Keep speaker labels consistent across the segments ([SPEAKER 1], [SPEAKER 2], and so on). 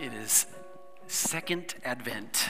[SPEAKER 1] It is Second Advent.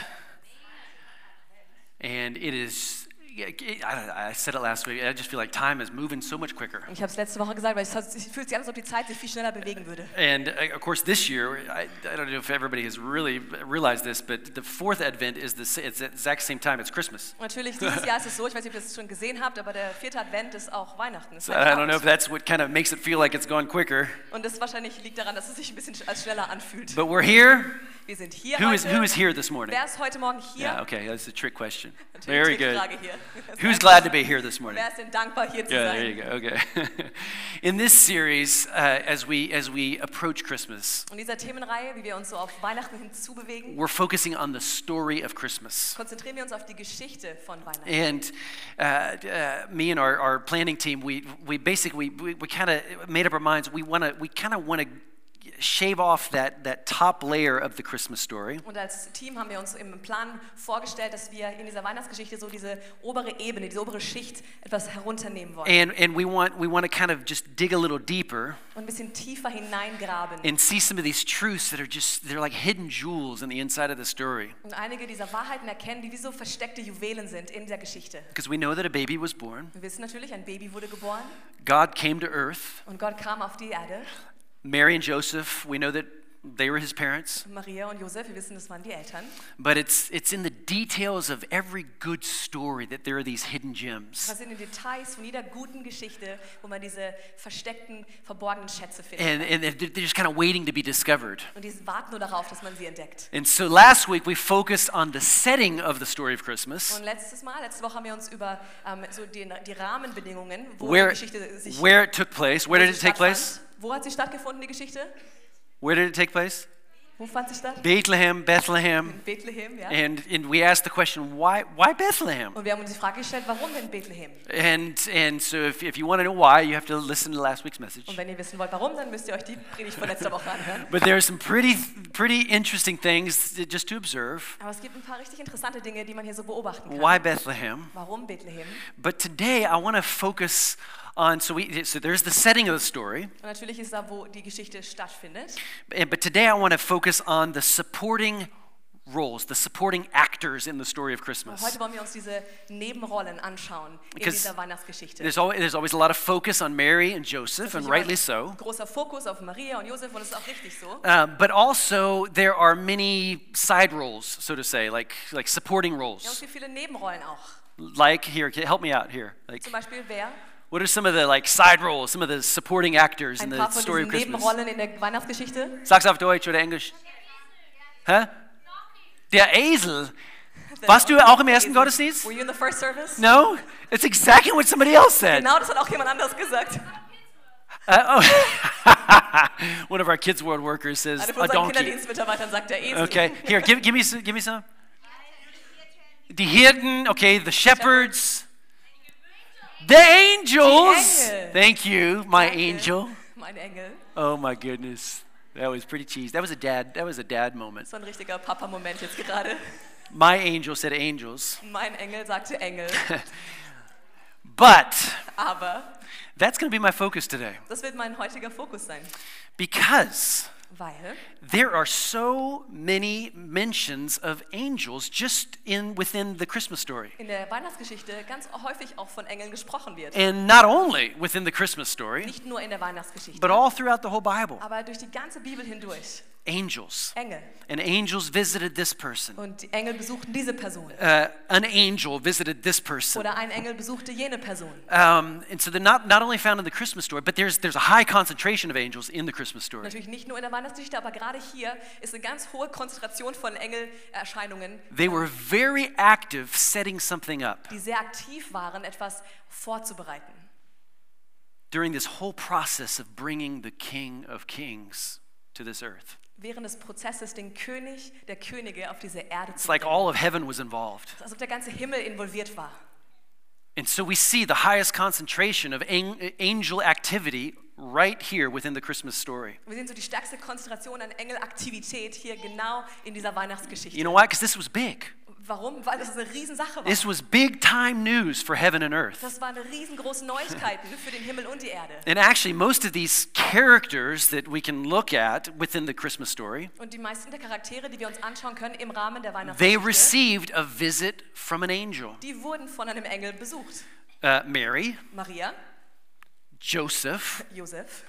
[SPEAKER 1] And it is, I I said it last week, I just feel like time is moving so much quicker.
[SPEAKER 2] Ich habe es letzte Woche gesagt, weil es hat- es fühlt sich an, als ob die Zeit sich viel schneller bewegen würde.
[SPEAKER 1] And uh, of course, this year, I, I don't know if everybody has really realized this, but the fourth Advent is the sa- it's the exact same time. It's Christmas.
[SPEAKER 2] Natürlich, dieses Jahr ist es so, ich weiß nicht, ob ihr es schon gesehen habt, aber der vierte Advent ist auch Weihnachten. Ist
[SPEAKER 1] So I don't
[SPEAKER 2] Heiligabend.
[SPEAKER 1] know if that's what kind of makes it feel like it's gone quicker.
[SPEAKER 2] Und das wahrscheinlich liegt daran, dass es sich ein bisschen sch- als schneller anfühlt.
[SPEAKER 1] But we're here.
[SPEAKER 2] Wir sind hier
[SPEAKER 1] Who
[SPEAKER 2] heute.
[SPEAKER 1] is who is here this morning?
[SPEAKER 2] Wer ist heute Morgen hier?
[SPEAKER 1] Yeah. Okay, that's a trick question.
[SPEAKER 2] Natürlich
[SPEAKER 1] Very
[SPEAKER 2] die
[SPEAKER 1] good.
[SPEAKER 2] Frage Hier.
[SPEAKER 1] Who's glad to be here this morning?
[SPEAKER 2] Wer ist denn dankbar, hier zu
[SPEAKER 1] Yeah,
[SPEAKER 2] sein?
[SPEAKER 1] there you go. Okay. In this series, uh, as we as we approach Christmas,
[SPEAKER 2] Und dieser Themenreihe, wie wir uns so auf Weihnachten hinzubewegen,
[SPEAKER 1] we're focusing on the story of Christmas.
[SPEAKER 2] konzentrieren wir uns auf die Geschichte von Weihnachten.
[SPEAKER 1] And uh, uh, me and our, our planning team, we we basically we, we kind of made up our minds. We want to we kind of want to shave off that that top layer of the Christmas story.
[SPEAKER 2] Und als Team haben wir uns im Plan vorgestellt, dass wir in dieser Weihnachtsgeschichte so diese obere Ebene, diese obere Schicht etwas herunternehmen wollen
[SPEAKER 1] And and we want we want to kind of just dig a little deeper
[SPEAKER 2] und ein bisschen tiefer hineingraben.
[SPEAKER 1] and see some of these truths that are just they're like hidden jewels in the inside of the story.
[SPEAKER 2] Und einige dieser Wahrheiten erkennen, die wie so versteckte Juwelen sind in der Geschichte.
[SPEAKER 1] Because we know that a baby was born,
[SPEAKER 2] Wir wissen natürlich, ein Baby wurde geboren
[SPEAKER 1] God came to earth.
[SPEAKER 2] und Gott kam auf die Erde.
[SPEAKER 1] Mary and Joseph, we know that they were his parents,
[SPEAKER 2] Maria und Josef, wir wissen, das waren die Eltern.
[SPEAKER 1] but it's it's in the details of every good story that there are these hidden gems.
[SPEAKER 2] Das sind die Details von jeder guten Geschichte, wo man diese versteckten, verborgenen Schätze findet.
[SPEAKER 1] And, and they're they're just kind of waiting to be discovered.
[SPEAKER 2] Und die warten nur darauf, dass man sie entdeckt.
[SPEAKER 1] And so last week we focused on the setting of the story of Christmas,
[SPEAKER 2] Und letztes Mal, letzte Woche haben wir uns über ähm, so die, die Rahmenbedingungen, wo die
[SPEAKER 1] where,
[SPEAKER 2] Geschichte sich
[SPEAKER 1] where it took place. Where
[SPEAKER 2] wo
[SPEAKER 1] did it
[SPEAKER 2] sie
[SPEAKER 1] take place?
[SPEAKER 2] stattfand. Wo hat sie stattgefunden, die Geschichte?
[SPEAKER 1] Where did it take place?
[SPEAKER 2] Wo fand sie statt?
[SPEAKER 1] Bethlehem, Bethlehem.
[SPEAKER 2] In Bethlehem, ja.
[SPEAKER 1] And, and we asked the question, why, why Bethlehem?
[SPEAKER 2] Und wir haben uns die Frage gestellt, warum denn Bethlehem?
[SPEAKER 1] And, and so if, if you want to know why, you have to listen to last week's message.
[SPEAKER 2] Und wenn ihr wissen wollt, warum, dann müsst ihr euch die Predigt von letzter Woche anhören.
[SPEAKER 1] But there are some pretty, pretty interesting things to- just to observe.
[SPEAKER 2] Aber es gibt ein paar richtig interessante Dinge, die man hier so beobachten kann.
[SPEAKER 1] Why Bethlehem?
[SPEAKER 2] Warum Bethlehem?
[SPEAKER 1] But today I want to focus on, so, we, so there's the setting of the story,
[SPEAKER 2] Und natürlich ist da, wo die Geschichte stattfindet.
[SPEAKER 1] and- but today I want to focus on the supporting roles, the supporting actors in the story of
[SPEAKER 2] Aber
[SPEAKER 1] Christmas.
[SPEAKER 2] heute wollen wir uns diese Nebenrollen anschauen in
[SPEAKER 1] Because
[SPEAKER 2] dieser Weihnachtsgeschichte.
[SPEAKER 1] There's always, there's always a lot of focus on Mary and Joseph, and
[SPEAKER 2] Natürlich
[SPEAKER 1] rightly
[SPEAKER 2] immer
[SPEAKER 1] so.
[SPEAKER 2] Großer Fokus auf Maria und Josef und es ist auch richtig so.
[SPEAKER 1] Uh, but also there are many side roles, so to say, like, like supporting
[SPEAKER 2] Ja, und
[SPEAKER 1] roles.
[SPEAKER 2] wie viele Nebenrollen auch.
[SPEAKER 1] Like here, help me out here. Like,
[SPEAKER 2] Zum Beispiel wer?
[SPEAKER 1] What are some of the like side roles, some of the supporting actors in
[SPEAKER 2] Ein
[SPEAKER 1] the
[SPEAKER 2] paar von
[SPEAKER 1] story
[SPEAKER 2] diesen
[SPEAKER 1] of Christmas?
[SPEAKER 2] Nebenrollen in der Weihnachtsgeschichte.
[SPEAKER 1] Sag's auf Deutsch oder Englisch? Hä? Der Esel. Warst du auch im ersten Gottesdienst?
[SPEAKER 2] Were you in the first service?
[SPEAKER 1] No? It's exactly what somebody else said.
[SPEAKER 2] Genau, das hat auch jemand anders gesagt.
[SPEAKER 1] Uh, oh. One of our kids' world workers says
[SPEAKER 2] Einer von
[SPEAKER 1] a
[SPEAKER 2] unseren
[SPEAKER 1] donkey.
[SPEAKER 2] Kinderdienstmitarbeitern sagt der Esel.
[SPEAKER 1] Okay, here, give, give me some. Give me some. Die Hirten, okay, the shepherds, the angels.
[SPEAKER 2] Engel.
[SPEAKER 1] Thank you, my
[SPEAKER 2] Danke.
[SPEAKER 1] angel.
[SPEAKER 2] Äh, Mein Engel.
[SPEAKER 1] Oh my goodness. That was pretty cheesy. That was a dad. That was a dad moment.
[SPEAKER 2] So ein richtiger Papa-Moment jetzt gerade.
[SPEAKER 1] My angel said angels.
[SPEAKER 2] Mein Engel sagte Engel.
[SPEAKER 1] But
[SPEAKER 2] Aber
[SPEAKER 1] that's going to be my focus today
[SPEAKER 2] das wird mein heutiger Fokus sein.
[SPEAKER 1] because
[SPEAKER 2] Weil
[SPEAKER 1] there are so many mentions of angels just in within the Christmas story.
[SPEAKER 2] in der Weihnachtsgeschichte ganz häufig auch von Engeln gesprochen wird.
[SPEAKER 1] And not only within the Christmas story,
[SPEAKER 2] Nicht nur in der Weihnachtsgeschichte,
[SPEAKER 1] but all throughout the whole Bible.
[SPEAKER 2] aber durch die ganze Bibel hindurch.
[SPEAKER 1] Angels.
[SPEAKER 2] Engel.
[SPEAKER 1] And angels visited this person.
[SPEAKER 2] Und die Engel besuchten diese Person.
[SPEAKER 1] Uh, an angel visited this person.
[SPEAKER 2] Oder ein Engel besuchte jene Person.
[SPEAKER 1] Um, and so they're not, not only found in the Christmas story, but there's, there's a high concentration of angels in the Christmas story.
[SPEAKER 2] Natürlich nicht nur in der Weihnachtsgeschichte, aber gerade hier ist eine ganz hohe Konzentration von Engelerscheinungen,
[SPEAKER 1] They were very active setting something up
[SPEAKER 2] die sehr aktiv waren, etwas vorzubereiten.
[SPEAKER 1] during this whole process of bringing the King of Kings to this earth.
[SPEAKER 2] Während des Prozesses den König der Könige auf diese Erde
[SPEAKER 1] It's
[SPEAKER 2] zu
[SPEAKER 1] like all of heaven was involved.
[SPEAKER 2] als ob der ganze Himmel involviert war.
[SPEAKER 1] And so we see the highest concentration of an- angel activity right here within the Christmas story.
[SPEAKER 2] Wir sehen so die stärkste Konzentration an Engelaktivität hier genau in dieser Weihnachtsgeschichte.
[SPEAKER 1] You know why? Because this was big.
[SPEAKER 2] Warum? Weil das eine Riesensache war.
[SPEAKER 1] This was big time news for heaven and earth.
[SPEAKER 2] Das waren riesengroße Neuigkeiten für den Himmel und die Erde.
[SPEAKER 1] And actually, most of these characters that we can look at within the Christmas story,
[SPEAKER 2] Und die meisten der Charaktere, die wir uns anschauen können im Rahmen der
[SPEAKER 1] they
[SPEAKER 2] Weihnachtsgeschichte,
[SPEAKER 1] received a visit from an angel.
[SPEAKER 2] die wurden von einem Engel besucht.
[SPEAKER 1] Uh, Mary,
[SPEAKER 2] Maria,
[SPEAKER 1] Joseph,
[SPEAKER 2] Josef,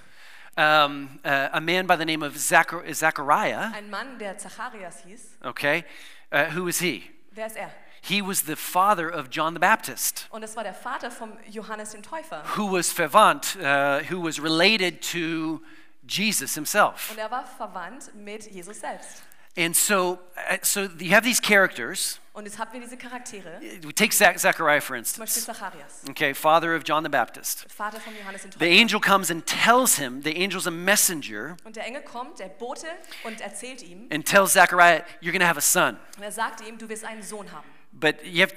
[SPEAKER 1] um, uh, a man by the name of Zachar- Zachariah,
[SPEAKER 2] ein Mann, der Zacharias hieß.
[SPEAKER 1] okay? Uh, who was he?
[SPEAKER 2] Wer ist er?
[SPEAKER 1] He was the father of John the Baptist,
[SPEAKER 2] Und es war der Vater von Johannes dem Täufer.
[SPEAKER 1] who was fervent, uh, who was related to Jesus himself.
[SPEAKER 2] Und er war verwandt mit Jesus selbst.
[SPEAKER 1] And so, uh, so you have these characters.
[SPEAKER 2] Und jetzt haben wir diese Charaktere, zum
[SPEAKER 1] We take Zach- Zechariah, for
[SPEAKER 2] Beispiel
[SPEAKER 1] instance.
[SPEAKER 2] Zacharias,
[SPEAKER 1] Okay, father of John the Baptist.
[SPEAKER 2] Vater von Johannes dem
[SPEAKER 1] The
[SPEAKER 2] Täufer.
[SPEAKER 1] angel comes and tells him, the angel's a messenger,
[SPEAKER 2] Und der Engel kommt, der Bote, und erzählt ihm.
[SPEAKER 1] and tells Zechariah, you're going to have a son.
[SPEAKER 2] Und er sagt ihm, du wirst einen Sohn haben.
[SPEAKER 1] But you have,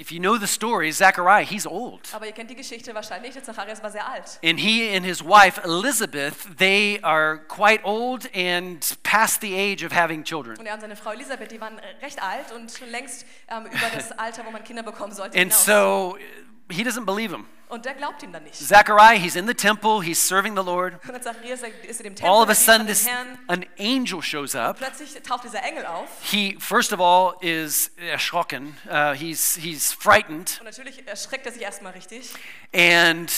[SPEAKER 1] if you know the story, Zechariah, he's old.
[SPEAKER 2] Aber ihr kennt die Geschichte wahrscheinlich, der Zacharias war sehr alt.
[SPEAKER 1] And he and his wife, Elizabeth, they are quite old and past the age of having children.
[SPEAKER 2] Und er und seine Frau Elisabeth, die waren äh, recht alt und schon längst ähm, über das Alter, wo man Kinder bekommen sollte,
[SPEAKER 1] And
[SPEAKER 2] hinaus.
[SPEAKER 1] so uh, he doesn't believe him.
[SPEAKER 2] und der glaubt ihm dann nicht.
[SPEAKER 1] Zechariah, he's in the temple, he's serving the Lord.
[SPEAKER 2] Und dann Zacharias ist in dem Tempel,
[SPEAKER 1] All of a
[SPEAKER 2] dient
[SPEAKER 1] sudden,
[SPEAKER 2] an den
[SPEAKER 1] this,
[SPEAKER 2] Herrn.
[SPEAKER 1] an angel shows up.
[SPEAKER 2] Plötzlich taucht dieser Engel auf
[SPEAKER 1] He, first of all, is erschrocken. Uh, he's, he's frightened.
[SPEAKER 2] und natürlich erschreckt er sich erstmal richtig.
[SPEAKER 1] And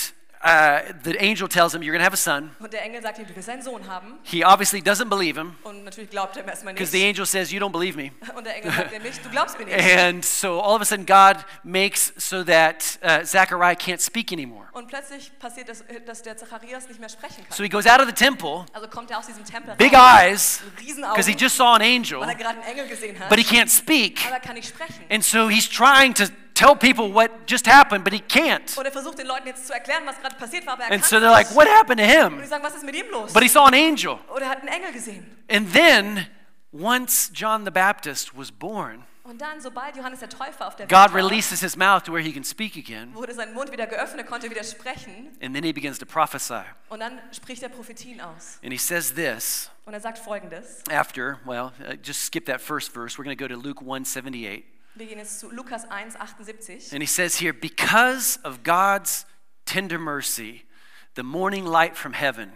[SPEAKER 1] uh, the angel tells him, You're going to have a son.
[SPEAKER 2] Und der Engel sagt ihm, du wirst einen Sohn haben.
[SPEAKER 1] He obviously doesn't believe him
[SPEAKER 2] Und natürlich glaubt er ihm erstmal
[SPEAKER 1] because the
[SPEAKER 2] nicht.
[SPEAKER 1] angel says, You don't believe me.
[SPEAKER 2] Und der Engel sagt ihm nicht, du glaubst mir nicht.
[SPEAKER 1] And so all of a sudden, God makes so that uh, Zechariah can't speak anymore.
[SPEAKER 2] Und plötzlich passiert es, äh, dass der Zacharias nicht mehr sprechen kann.
[SPEAKER 1] So he goes out of the temple,
[SPEAKER 2] Also kommt er aus diesem Tempel
[SPEAKER 1] big
[SPEAKER 2] raus,
[SPEAKER 1] eyes,
[SPEAKER 2] Riesenaugen,
[SPEAKER 1] because he just saw an
[SPEAKER 2] weil
[SPEAKER 1] angel,
[SPEAKER 2] er gerade einen Engel gesehen hat,
[SPEAKER 1] but he can't speak.
[SPEAKER 2] aber er kann nicht sprechen.
[SPEAKER 1] And so he's trying to tell people what just happened, but he can't.
[SPEAKER 2] Und er versucht den Leuten jetzt zu erklären, was gerade passiert war, aber er
[SPEAKER 1] And
[SPEAKER 2] kann
[SPEAKER 1] so they're
[SPEAKER 2] nicht.
[SPEAKER 1] like, What happened to
[SPEAKER 2] Und
[SPEAKER 1] him?
[SPEAKER 2] die sagen, was ist mit ihm los?
[SPEAKER 1] But he saw an angel.
[SPEAKER 2] Und er hat einen Engel gesehen.
[SPEAKER 1] And then, once John the Baptist was born,
[SPEAKER 2] Und dann, sobald Johannes der Täufer auf der
[SPEAKER 1] God
[SPEAKER 2] war,
[SPEAKER 1] releases his mouth to where he can speak again.
[SPEAKER 2] wurde sein Mund wieder geöffnet, konnte wieder sprechen.
[SPEAKER 1] And then he begins to prophesy.
[SPEAKER 2] Und dann spricht er Prophetien aus.
[SPEAKER 1] And he says this
[SPEAKER 2] Und er sagt folgendes.
[SPEAKER 1] after, well, uh, just skip that first verse. We're going to go to Luke 178.
[SPEAKER 2] Wir gehen jetzt zu Lukas 1, 78.
[SPEAKER 1] And he says here, because of God's tender mercy, the morning light from heaven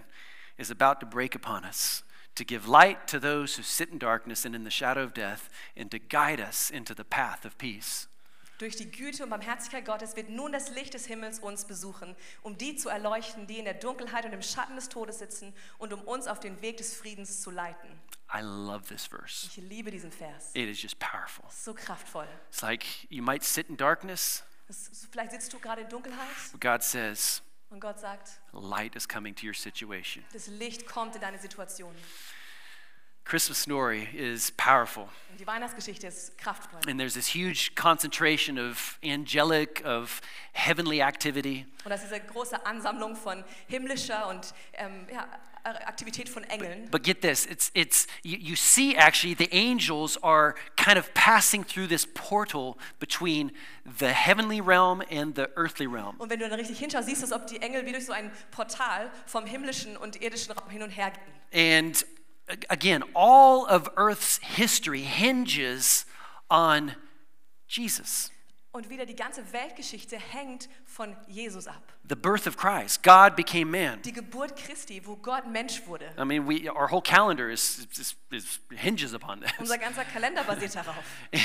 [SPEAKER 1] is about to break upon us to give light to those who sit in darkness and in the shadow of death and to guide us into the path of peace.
[SPEAKER 2] Durch die Güte und Barmherzigkeit Gottes wird nun das Licht des Himmels uns besuchen, um die zu erleuchten, die in der Dunkelheit und im Schatten des Todes sitzen und um uns auf den Weg des Friedens zu leiten.
[SPEAKER 1] I love this verse.
[SPEAKER 2] Ich liebe diesen Vers.
[SPEAKER 1] It is just powerful.
[SPEAKER 2] So kraftvoll.
[SPEAKER 1] It's like you might sit in darkness,
[SPEAKER 2] Das ist- Vielleicht sitzt du gerade in Dunkelheit
[SPEAKER 1] but God says,
[SPEAKER 2] und Gott sagt,
[SPEAKER 1] light is coming to your situation.
[SPEAKER 2] das Licht kommt in deine Situation.
[SPEAKER 1] Christmas story is powerful.
[SPEAKER 2] Und die Weihnachtsgeschichte ist kraftvoll.
[SPEAKER 1] And there's this huge concentration of angelic, of heavenly activity.
[SPEAKER 2] Und das ist eine große Ansammlung von himmlischer und ähm, ja, Aktivität von Engeln.
[SPEAKER 1] But get this, it's, it's, you, you see actually the angels are kind of passing through this portal between the heavenly realm and the earthly realm.
[SPEAKER 2] Und wenn du dann richtig hinschaust, siehst du, als ob die Engel wie durch so ein Portal vom himmlischen und irdischen Raum hin und her gehen.
[SPEAKER 1] And a- again, all of earth's history hinges on Jesus,
[SPEAKER 2] Und wieder die ganze Weltgeschichte hängt von Jesus ab.
[SPEAKER 1] the birth of Christ. God became man.
[SPEAKER 2] Die Geburt Christi, wo Gott Mensch wurde.
[SPEAKER 1] I mean, we, our whole calendar is, is, is hinges upon this.
[SPEAKER 2] Unser ganzer Kalender basiert darauf.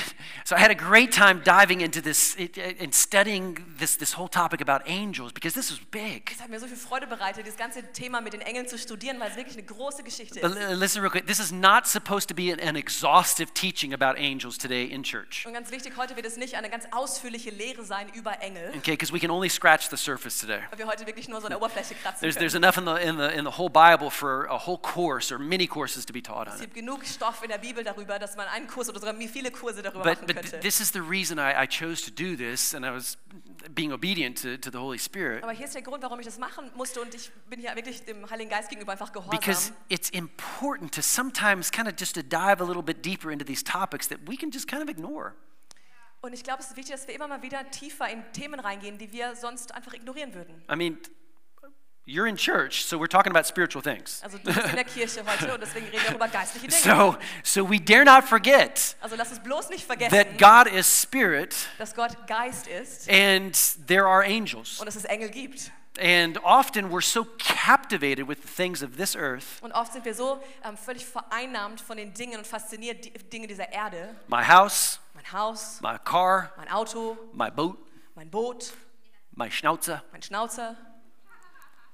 [SPEAKER 1] so I had a great time diving into this it- it- and studying this, this whole topic about angels because this is big.
[SPEAKER 2] Es hat mir so viel Freude bereitet, das ganze Thema mit den Engeln zu studieren, weil es wirklich eine große Geschichte
[SPEAKER 1] But
[SPEAKER 2] ist.
[SPEAKER 1] li- listen real quick. This is not supposed to be an, an exhaustive teaching about angels today in church.
[SPEAKER 2] Und ganz wichtig, heute wird es nicht eine ganz ausführliche Lehre sein über Engel,
[SPEAKER 1] Okay, because we can only scratch the surface today.
[SPEAKER 2] weil wir heute wirklich nur so eine Oberfläche kratzen
[SPEAKER 1] There's,
[SPEAKER 2] können.
[SPEAKER 1] there's enough in the, in, the, in the whole Bible for a whole course or many courses to be taught on
[SPEAKER 2] Es
[SPEAKER 1] it.
[SPEAKER 2] gibt genug Stoff in der Bibel darüber, dass man einen Kurs oder sogar viele Kurse darüber
[SPEAKER 1] But,
[SPEAKER 2] machen
[SPEAKER 1] but th-
[SPEAKER 2] könnte.
[SPEAKER 1] this is the reason I, I chose to do this, and I was being obedient to, to the Holy Spirit
[SPEAKER 2] Aber hier ist der Grund, warum ich das machen musste und ich bin hier wirklich dem Heiligen Geist gegenüber einfach
[SPEAKER 1] because
[SPEAKER 2] gehorsam.
[SPEAKER 1] it's important to sometimes kind of just to dive a little bit deeper into these topics that we can just kind of ignore.
[SPEAKER 2] Und ich glaube, es ist wichtig, dass wir immer mal wieder tiefer in Themen reingehen, die wir sonst einfach ignorieren würden.
[SPEAKER 1] I mean, You're in church, so we're talking about spiritual things.
[SPEAKER 2] Also du bist in der Kirche heute und deswegen reden wir auch über geistliche Dinge.
[SPEAKER 1] So, so we dare not forget
[SPEAKER 2] also lass uns bloß nicht vergessen,
[SPEAKER 1] that God is spirit
[SPEAKER 2] dass Gott Geist ist
[SPEAKER 1] and there are angels.
[SPEAKER 2] und dass es Engel gibt.
[SPEAKER 1] And often we're so captivated with the things of this earth
[SPEAKER 2] Und oft sind wir so ähm, völlig vereinnahmt von den Dingen und fasziniert die Dinge dieser Erde.
[SPEAKER 1] my house,
[SPEAKER 2] Mein Haus,
[SPEAKER 1] my car,
[SPEAKER 2] mein Auto,
[SPEAKER 1] my boat,
[SPEAKER 2] mein Boot,
[SPEAKER 1] my schnauzer.
[SPEAKER 2] mein Schnauzer.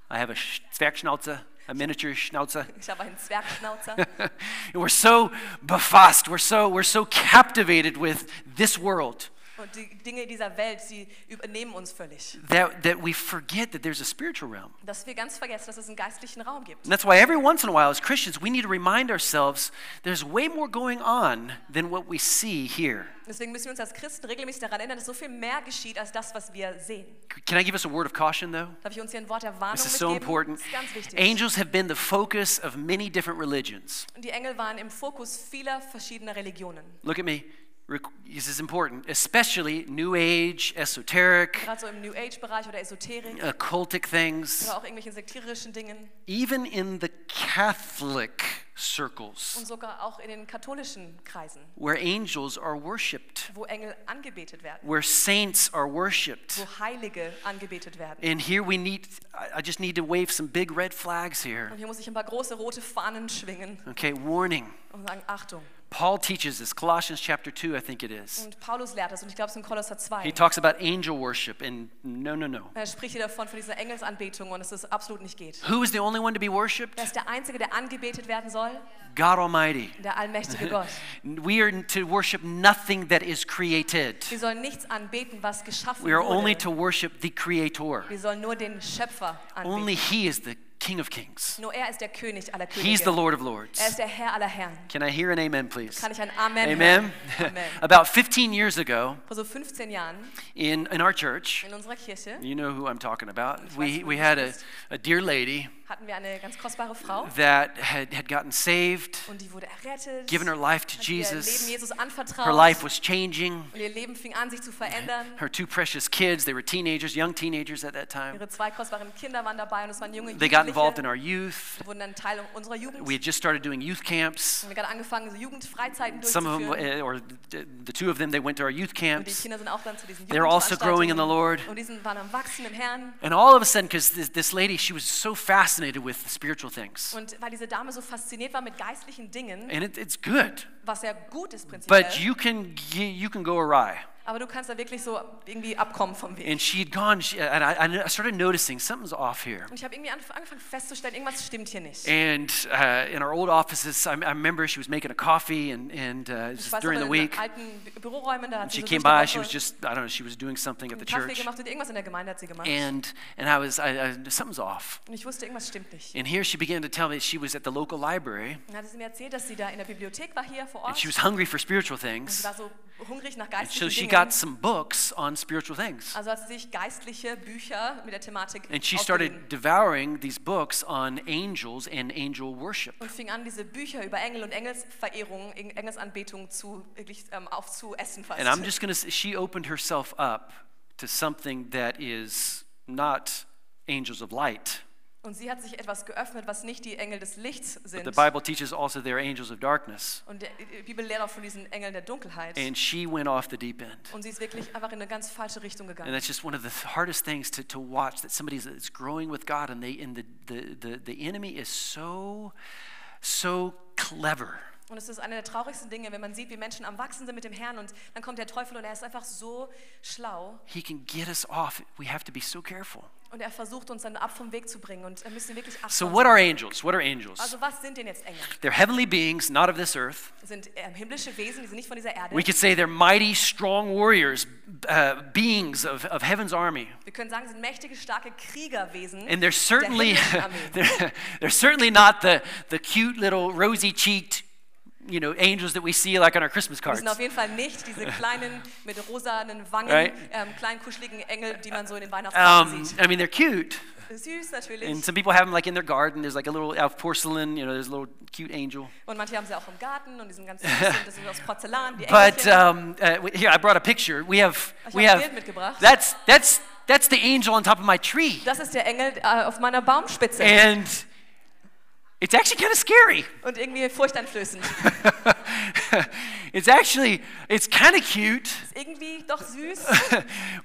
[SPEAKER 1] I have a sch- Zwergschnauzer, a miniature schnauzer.
[SPEAKER 2] Ich habe einen Zwergschnauzer.
[SPEAKER 1] we're so befasst, we're so, we're so captivated with this world
[SPEAKER 2] Und die Dinge dieser Welt, sie übernehmen uns völlig.
[SPEAKER 1] that, that we forget that there's a spiritual realm.
[SPEAKER 2] Dass wir ganz vergessen, dass es einen geistlichen Raum gibt.
[SPEAKER 1] And that's why every once in a while, as Christians, we need to remind ourselves there's way more going on than what we see here.
[SPEAKER 2] Deswegen müssen wir uns als Christen regelmäßig daran erinnern, dass so viel mehr geschieht als das, was wir sehen.
[SPEAKER 1] C- Can I give us a word of caution, though?
[SPEAKER 2] Darf ich uns hier ein Wort der Warnung
[SPEAKER 1] This is
[SPEAKER 2] mitgeben?
[SPEAKER 1] so important.
[SPEAKER 2] Das ist ganz wichtig.
[SPEAKER 1] Angels have been the focus of many different religions.
[SPEAKER 2] Die Engel waren im Fokus vieler verschiedener Religionen.
[SPEAKER 1] Look at me. Re- This is important, especially New Age, esoteric,
[SPEAKER 2] Gerade so im New Age-Bereich oder Esoterik
[SPEAKER 1] occultic things.
[SPEAKER 2] oder auch irgendwelchen sektierischen Dingen
[SPEAKER 1] even in the Catholic circles
[SPEAKER 2] und sogar auch in den katholischen Kreisen,
[SPEAKER 1] where angels are worshiped,
[SPEAKER 2] wo Engel angebetet werden,
[SPEAKER 1] where saints are worshiped.
[SPEAKER 2] wo Heilige angebetet werden.
[SPEAKER 1] And here we need, I I just need to wave some big red flags
[SPEAKER 2] Und
[SPEAKER 1] here.
[SPEAKER 2] hier muss ich ein paar große rote Fahnen schwingen
[SPEAKER 1] Okay, warning.
[SPEAKER 2] und sagen, Achtung.
[SPEAKER 1] Paul teaches this, Colossians chapter 2, I think it is.
[SPEAKER 2] Und Paulus lehrt das und ich glaube, es ist in Kolosser
[SPEAKER 1] He
[SPEAKER 2] 2.
[SPEAKER 1] talks about angel worship, and no, no, no.
[SPEAKER 2] Er spricht hier davon, von dieser Engelsanbetung und dass es absolut nicht geht.
[SPEAKER 1] Who is the only one to be worshiped?
[SPEAKER 2] Er ist der Einzige, der angebetet werden soll,
[SPEAKER 1] God Almighty.
[SPEAKER 2] der allmächtige Gott.
[SPEAKER 1] We are to worship nothing that is created.
[SPEAKER 2] Wir sollen nichts anbeten, was geschaffen
[SPEAKER 1] We are only
[SPEAKER 2] wurde.
[SPEAKER 1] to worship the Creator.
[SPEAKER 2] Wir sollen nur den Schöpfer
[SPEAKER 1] Only
[SPEAKER 2] anbeten.
[SPEAKER 1] He is the King of Kings.
[SPEAKER 2] Nur er ist der König aller
[SPEAKER 1] He's the
[SPEAKER 2] Könige.
[SPEAKER 1] Lord of
[SPEAKER 2] Er ist
[SPEAKER 1] Lords.
[SPEAKER 2] der Herr aller Herren.
[SPEAKER 1] Can I hear an amen, please?
[SPEAKER 2] Kann ich ein Amen
[SPEAKER 1] Amen.
[SPEAKER 2] hören? Amen.
[SPEAKER 1] About 15 years ago,
[SPEAKER 2] Vor so 15 Jahren
[SPEAKER 1] in, in our church,
[SPEAKER 2] in unserer Kirche
[SPEAKER 1] you know who I'm talking about.
[SPEAKER 2] weiß,
[SPEAKER 1] We,
[SPEAKER 2] wer
[SPEAKER 1] we
[SPEAKER 2] du
[SPEAKER 1] had a,
[SPEAKER 2] bist.
[SPEAKER 1] a dear lady
[SPEAKER 2] hatten wir eine ganz kostbare Frau
[SPEAKER 1] that had, had gotten saved,
[SPEAKER 2] und die wurde errettet.
[SPEAKER 1] given her life to
[SPEAKER 2] hat ihr Leben
[SPEAKER 1] Jesus.
[SPEAKER 2] Jesus anvertraut.
[SPEAKER 1] Her life was changing.
[SPEAKER 2] und ihr Leben fing an, sich zu verändern.
[SPEAKER 1] Her two precious kids, they were teenagers, young teenagers at that time.
[SPEAKER 2] Ihre zwei kostbaren Kinder waren dabei und es waren junge
[SPEAKER 1] They got involved in
[SPEAKER 2] Jugendliche,
[SPEAKER 1] our youth.
[SPEAKER 2] wurden dann Teil unserer Jugend.
[SPEAKER 1] We
[SPEAKER 2] Wir
[SPEAKER 1] had just started doing youth camps.
[SPEAKER 2] haben gerade angefangen, so Jugendfreizeiten
[SPEAKER 1] Some of them,
[SPEAKER 2] durchzuführen.
[SPEAKER 1] eh, or the the two of them, they went to our youth
[SPEAKER 2] und die
[SPEAKER 1] camps.
[SPEAKER 2] Kinder sind auch dann zu diesen
[SPEAKER 1] They're also growing in the Lord.
[SPEAKER 2] Jugendveranstaltungen. Und die sind, waren am Wachsen im Herrn.
[SPEAKER 1] And all of a sudden, because this, this lady, she was so fascinated with spiritual things.
[SPEAKER 2] Und weil diese Dame so fasziniert war mit geistlichen Dingen,
[SPEAKER 1] And it, it's good,
[SPEAKER 2] was ja gut ist prinzipiell,
[SPEAKER 1] but you can, you can go awry.
[SPEAKER 2] aber du kannst da wirklich so irgendwie abkommen vom Weg.
[SPEAKER 1] And she had gone, she, and I, I started noticing something's off here.
[SPEAKER 2] Und ich habe irgendwie anf- angefangen festzustellen, irgendwas stimmt hier nicht.
[SPEAKER 1] And uh, in our old offices, I, I remember she was making a coffee, and, and uh,
[SPEAKER 2] ich
[SPEAKER 1] just
[SPEAKER 2] weiß noch,
[SPEAKER 1] during
[SPEAKER 2] in
[SPEAKER 1] the
[SPEAKER 2] den
[SPEAKER 1] week,
[SPEAKER 2] alten Bü- Büroräumen, da hat
[SPEAKER 1] she
[SPEAKER 2] so
[SPEAKER 1] came by,
[SPEAKER 2] manchmal
[SPEAKER 1] she
[SPEAKER 2] auch
[SPEAKER 1] was
[SPEAKER 2] so
[SPEAKER 1] just, I don't know, she was doing something at
[SPEAKER 2] einen
[SPEAKER 1] the
[SPEAKER 2] Kaffee
[SPEAKER 1] church.
[SPEAKER 2] gemacht und irgendwas in der Gemeinde hat sie gemacht.
[SPEAKER 1] And, and I was, I, I, something's off.
[SPEAKER 2] und ich wusste, irgendwas stimmt nicht.
[SPEAKER 1] And here she began to tell me she was at the local library,
[SPEAKER 2] Dann hatte sie mir erzählt, dass sie da in der Bibliothek war hier vor Ort.
[SPEAKER 1] and she was hungry for spiritual
[SPEAKER 2] und sie
[SPEAKER 1] things.
[SPEAKER 2] war so hungrig nach
[SPEAKER 1] And so
[SPEAKER 2] geistlichen
[SPEAKER 1] she
[SPEAKER 2] Dingen.
[SPEAKER 1] got some books on spiritual things.
[SPEAKER 2] Also hat sie sich geistliche Bücher mit der Thematik
[SPEAKER 1] And she
[SPEAKER 2] aufgeliehen
[SPEAKER 1] started devouring these books on angels and angel worship.
[SPEAKER 2] und fing an, diese Bücher über Engel und Engelsverehrung, Eng- Engelsanbetung zu, wirklich ähm, aufzuessen fast.
[SPEAKER 1] And I'm just going to, she opened herself up to something that is not angels of light.
[SPEAKER 2] und sie hat sich etwas geöffnet, was nicht die Engel des Lichts sind.
[SPEAKER 1] The Bible teaches also they're angels of darkness.
[SPEAKER 2] Und der- die Bibel lehrt auch von diesen Engeln der Dunkelheit.
[SPEAKER 1] And she went off the deep end.
[SPEAKER 2] Und sie ist wirklich einfach in eine ganz falsche Richtung
[SPEAKER 1] And
[SPEAKER 2] gegangen.
[SPEAKER 1] that's just one of the hardest things to, to watch that somebody that's growing with God and, they, and the, the, the, the enemy is so, so clever.
[SPEAKER 2] Und es ist eine der traurigsten Dinge, wenn man sieht, wie Menschen am Wachsen sind mit dem Herrn und dann kommt der Teufel und er ist einfach so schlau
[SPEAKER 1] He can get us off. We have to be so careful.
[SPEAKER 2] und er versucht uns dann ab vom Weg zu bringen und wir müssen wirklich
[SPEAKER 1] So,
[SPEAKER 2] achtsam
[SPEAKER 1] what
[SPEAKER 2] sein.
[SPEAKER 1] are angels? What are angels?
[SPEAKER 2] Also was sind denn jetzt Engel?
[SPEAKER 1] They're heavenly beings, not of this earth.
[SPEAKER 2] Sind ähm, himmlische Wesen, die sind nicht von dieser Erde.
[SPEAKER 1] We could say they're mighty, strong warriors, uh, beings of, of heaven's army.
[SPEAKER 2] Wir können sagen, sie sind mächtige, starke Kriegerwesen.
[SPEAKER 1] And they're certainly,
[SPEAKER 2] himmlischen Armee.
[SPEAKER 1] they're, they're certainly not the, the cute little rosy cheeked, you know, angels that we see like on our Christmas
[SPEAKER 2] Die
[SPEAKER 1] cards.
[SPEAKER 2] sind auf jeden Fall nicht diese kleinen, mit rosanen Wangen,
[SPEAKER 1] Right.
[SPEAKER 2] ähm, kleinen, kuscheligen Engel, die man so in den Weihnachtskarten
[SPEAKER 1] Um,
[SPEAKER 2] sieht.
[SPEAKER 1] I mean, they're cute. And
[SPEAKER 2] Süß natürlich.
[SPEAKER 1] some people have them like in their garden. There's like a little out of porcelain, you know, there's a little cute angel.
[SPEAKER 2] Und manche haben sie auch im Garten und die sind ganz süß und das sind aus Porzellan, die
[SPEAKER 1] But uh,
[SPEAKER 2] Engelchen.
[SPEAKER 1] um, uh, we- here, I brought a picture. We have,
[SPEAKER 2] Ich
[SPEAKER 1] we
[SPEAKER 2] habe ein
[SPEAKER 1] have,
[SPEAKER 2] Bild mitgebracht.
[SPEAKER 1] that's, that's, That's the angel on top of my tree.
[SPEAKER 2] Das ist der Engel äh, auf meiner Baumspitze.
[SPEAKER 1] And it's actually kind of scary.
[SPEAKER 2] Und irgendwie furchteinflößend.
[SPEAKER 1] it's actually, it's kind of cute,
[SPEAKER 2] Ist irgendwie doch süß,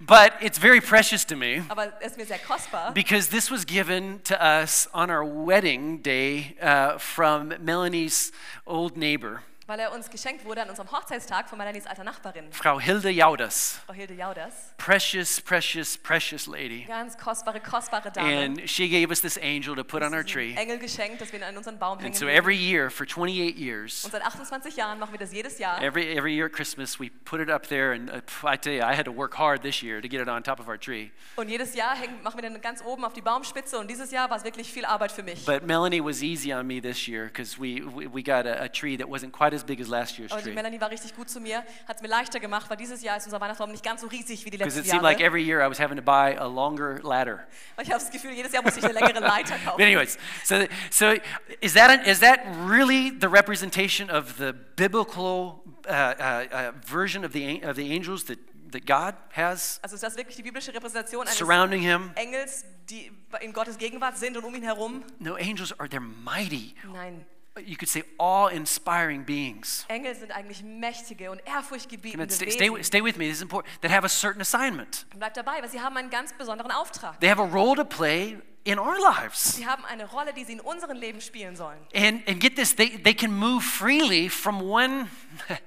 [SPEAKER 1] but it's very precious to me
[SPEAKER 2] aber ist mir sehr kostbar.
[SPEAKER 1] because this was given to us on our wedding day uh, from Melanie's old neighbor,
[SPEAKER 2] Weil er uns geschenkt wurde an unserem Hochzeitstag von Melanies alter Nachbarin,
[SPEAKER 1] Frau Hilde Jaudas.
[SPEAKER 2] Frau Hilde Jauders.
[SPEAKER 1] Precious, precious, precious lady.
[SPEAKER 2] Ganz kostbare, kostbare Dame.
[SPEAKER 1] And she gave us this angel to put on our
[SPEAKER 2] Uns diesen
[SPEAKER 1] tree.
[SPEAKER 2] Engel geschenkt, dass wir ihn an unseren Baum hängen.
[SPEAKER 1] And so
[SPEAKER 2] würden.
[SPEAKER 1] every year for 28 years,
[SPEAKER 2] Und seit 28 Jahren machen wir das jedes Jahr.
[SPEAKER 1] every, every year at Christmas, we put it up there. And uh, pff, I tell you, I had to work hard this year to get it on top of our tree.
[SPEAKER 2] Und jedes Jahr hängen, machen wir den ganz oben auf die Baumspitze. Und dieses Jahr war es wirklich viel Arbeit für mich.
[SPEAKER 1] But Melanie was easy on me this year because we, we, we got a, a tree that wasn't quite as big as last year's
[SPEAKER 2] Aber die
[SPEAKER 1] tree.
[SPEAKER 2] Oh, Melanie war richtig gut zu mir, hat es mir leichter gemacht, weil dieses Jahr ist unser Weihnachtsbaum nicht ganz so riesig wie die
[SPEAKER 1] Because
[SPEAKER 2] letzten
[SPEAKER 1] it seemed like
[SPEAKER 2] Jahre.
[SPEAKER 1] every year I was having to buy a longer ladder.
[SPEAKER 2] Weil ich habe das Gefühl, jedes Jahr muss ich eine längere Leiter
[SPEAKER 1] But
[SPEAKER 2] kaufen.
[SPEAKER 1] anyways, so, so is, that an, is that really the representation of the biblical uh, uh, uh, version of the, an- of the angels that, that God has
[SPEAKER 2] Also ist das wirklich die biblische Repräsentation eines
[SPEAKER 1] surrounding him?
[SPEAKER 2] Engels, die in Gottes Gegenwart sind und um ihn herum?
[SPEAKER 1] No, angels are, they're mighty.
[SPEAKER 2] Nein,
[SPEAKER 1] You could say awe-inspiring beings.
[SPEAKER 2] Engel sind eigentlich mächtige und
[SPEAKER 1] Come on,
[SPEAKER 2] ehrfurchtgebietende
[SPEAKER 1] stay, stay,
[SPEAKER 2] Wesen.
[SPEAKER 1] stay with me, this is important. That have a certain assignment.
[SPEAKER 2] Bleibt dabei, weil sie haben einen ganz besonderen Auftrag.
[SPEAKER 1] They have a role to play in our lives.
[SPEAKER 2] Sie haben eine Rolle, die sie in unserem Leben spielen sollen.
[SPEAKER 1] And, and get this, they, they can move freely from one,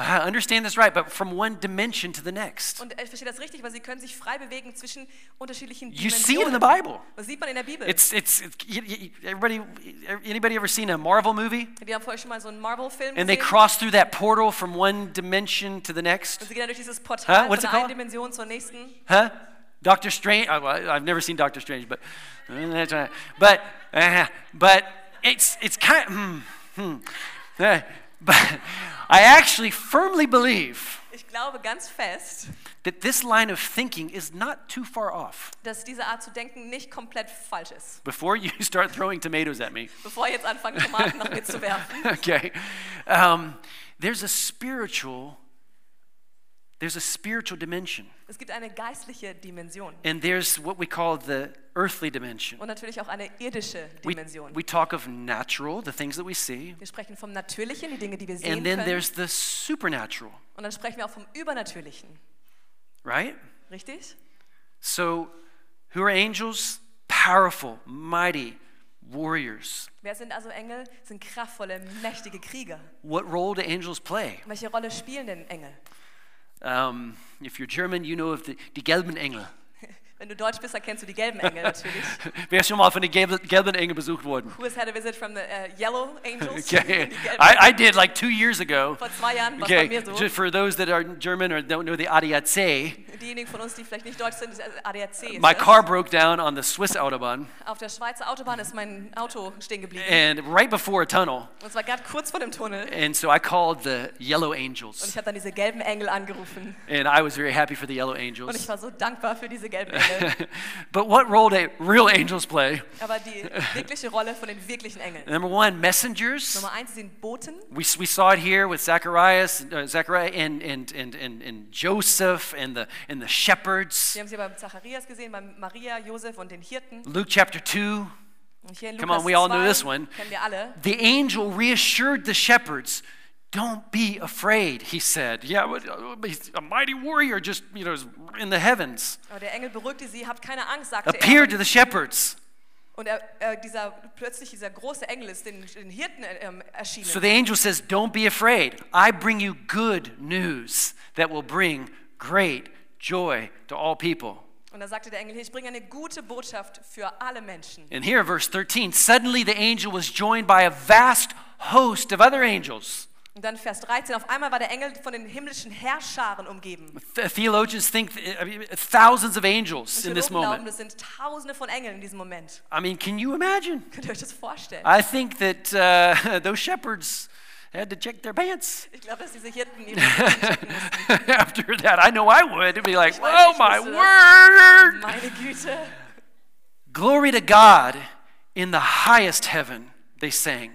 [SPEAKER 1] I understand this right, but from one dimension to the next.
[SPEAKER 2] Und äh, ich verstehe das richtig, weil sie können sich frei bewegen zwischen unterschiedlichen
[SPEAKER 1] You
[SPEAKER 2] Dimensionen.
[SPEAKER 1] see it in the Bible.
[SPEAKER 2] Das sieht man in der Bibel.
[SPEAKER 1] It's, it's, it's you, you- everybody, anybody ever seen a Marvel movie?
[SPEAKER 2] Wir haben vorher schon mal so einen Marvel-Film
[SPEAKER 1] And they
[SPEAKER 2] gesehen.
[SPEAKER 1] cross through that portal from one dimension to the next?
[SPEAKER 2] Und sie gehen dann durch dieses
[SPEAKER 1] Huh?
[SPEAKER 2] Portal
[SPEAKER 1] What's it
[SPEAKER 2] von einer
[SPEAKER 1] called?
[SPEAKER 2] Dimension zur nächsten.
[SPEAKER 1] Huh? Doctor Strange, I, well, I've never seen Doctor Strange, but, that's right. but, uh, but it's, it's kind hmm, hmm. Uh, but I actually firmly believe
[SPEAKER 2] Ich glaube ganz fest,
[SPEAKER 1] that this line of thinking is not too far off.
[SPEAKER 2] dass diese Art zu denken nicht komplett falsch ist.
[SPEAKER 1] Before you start throwing tomatoes at me,
[SPEAKER 2] Bevor ihr jetzt anfangt, Tomaten nach mir zu werfen.
[SPEAKER 1] okay, um, there's a spiritual, there's a spiritual dimension,
[SPEAKER 2] Es gibt eine geistliche Dimension
[SPEAKER 1] and there's what we call the earthly dimension.
[SPEAKER 2] und natürlich auch eine irdische
[SPEAKER 1] We,
[SPEAKER 2] Dimension.
[SPEAKER 1] we talk of natural, the things that we see,
[SPEAKER 2] Wir sprechen vom Natürlichen, die Dinge, die wir sehen
[SPEAKER 1] and then
[SPEAKER 2] können.
[SPEAKER 1] there's the supernatural,
[SPEAKER 2] Und dann sprechen wir auch vom Übernatürlichen.
[SPEAKER 1] right?
[SPEAKER 2] Richtig?
[SPEAKER 1] So, who are angels? Powerful, mighty warriors.
[SPEAKER 2] Wer sind also Engel? Sind kraftvolle, mächtige Krieger.
[SPEAKER 1] What role do angels play?
[SPEAKER 2] Welche Rolle spielen denn Engel?
[SPEAKER 1] Um, if you're German, you know of the die gelben Engel.
[SPEAKER 2] Wenn du Deutsch bist, erkennst du die gelben Engel natürlich.
[SPEAKER 1] Wer ist schon mal von den gelben, gelben Engeln besucht worden?
[SPEAKER 2] Who has had a visit from the äh, Yellow Angels?
[SPEAKER 1] Okay,
[SPEAKER 2] Die gelben
[SPEAKER 1] I, I did like two years ago.
[SPEAKER 2] Vor zwei Jahren war es bei
[SPEAKER 1] Okay,
[SPEAKER 2] mir so.
[SPEAKER 1] just for those that are German or don't know the ADAC,
[SPEAKER 2] Diejenigen von uns, die vielleicht nicht deutsch sind, ist ADAC. Ist
[SPEAKER 1] my
[SPEAKER 2] das.
[SPEAKER 1] car broke down on the Swiss Autobahn
[SPEAKER 2] Auf der Schweizer Autobahn ist mein Auto stehen geblieben.
[SPEAKER 1] and right before a tunnel.
[SPEAKER 2] Und zwar gerade kurz vor dem Tunnel.
[SPEAKER 1] And so I called the Yellow
[SPEAKER 2] Und ich
[SPEAKER 1] Angels.
[SPEAKER 2] habe dann diese gelben Engel angerufen.
[SPEAKER 1] And I was very happy for the Yellow
[SPEAKER 2] Und ich
[SPEAKER 1] Angels.
[SPEAKER 2] war so dankbar für diese gelben Engel.
[SPEAKER 1] but what role do real angels play?
[SPEAKER 2] Aber die wirkliche Rolle von den wirklichen Engeln.
[SPEAKER 1] Number one, messengers.
[SPEAKER 2] Nummer eins, sie sind Boten.
[SPEAKER 1] We, we saw it here with Zacharias, uh, Zachariah and, and, and, and, and Joseph and the, and the shepherds.
[SPEAKER 2] Wir haben sie beim Zacharias gesehen, bei Maria, Josef und den Hirten.
[SPEAKER 1] Luke chapter 2,
[SPEAKER 2] Und hier in
[SPEAKER 1] Come on,
[SPEAKER 2] Lukas
[SPEAKER 1] we all know
[SPEAKER 2] 2
[SPEAKER 1] this one.
[SPEAKER 2] kennen wir alle.
[SPEAKER 1] the angel reassured the shepherds. Don't be afraid, he said. Yeah, but, uh, but he's a mighty warrior just, you know, is in the heavens.
[SPEAKER 2] Aber der Engel beruhigte sie, habt keine Angst, sagte
[SPEAKER 1] Appeared to
[SPEAKER 2] er.
[SPEAKER 1] the shepherds.
[SPEAKER 2] Und er, äh, dieser, plötzlich dieser große Engel ist den, den Hirten äh, ähm, erschienen.
[SPEAKER 1] So the angel says, Don't be afraid. I bring you good news that will bring great joy to all people.
[SPEAKER 2] Und da sagte der Engel, ich bringe eine gute Botschaft für alle Menschen.
[SPEAKER 1] And here, verse 13 suddenly the angel was joined by a vast host of other angels.
[SPEAKER 2] Und dann Vers 13, auf einmal war der Engel von den himmlischen Herrscharen umgeben.
[SPEAKER 1] Th- theologians think th- I mean, thousands of angels in
[SPEAKER 2] Theologen
[SPEAKER 1] this
[SPEAKER 2] glauben,
[SPEAKER 1] moment.
[SPEAKER 2] das sind tausende von Engeln in diesem Moment.
[SPEAKER 1] I mean, can you imagine?
[SPEAKER 2] Könnt ihr euch das vorstellen?
[SPEAKER 1] I think that uh, those shepherds had to check their pants
[SPEAKER 2] Ich glaube, dass diese Hirten ihre Hirten checken mussten.
[SPEAKER 1] after that. I know I would. It'd be like,
[SPEAKER 2] Ich weiß
[SPEAKER 1] oh
[SPEAKER 2] nicht,
[SPEAKER 1] my
[SPEAKER 2] musst du
[SPEAKER 1] word!
[SPEAKER 2] Meine Güte.
[SPEAKER 1] Glory to God in the highest heaven, they sang.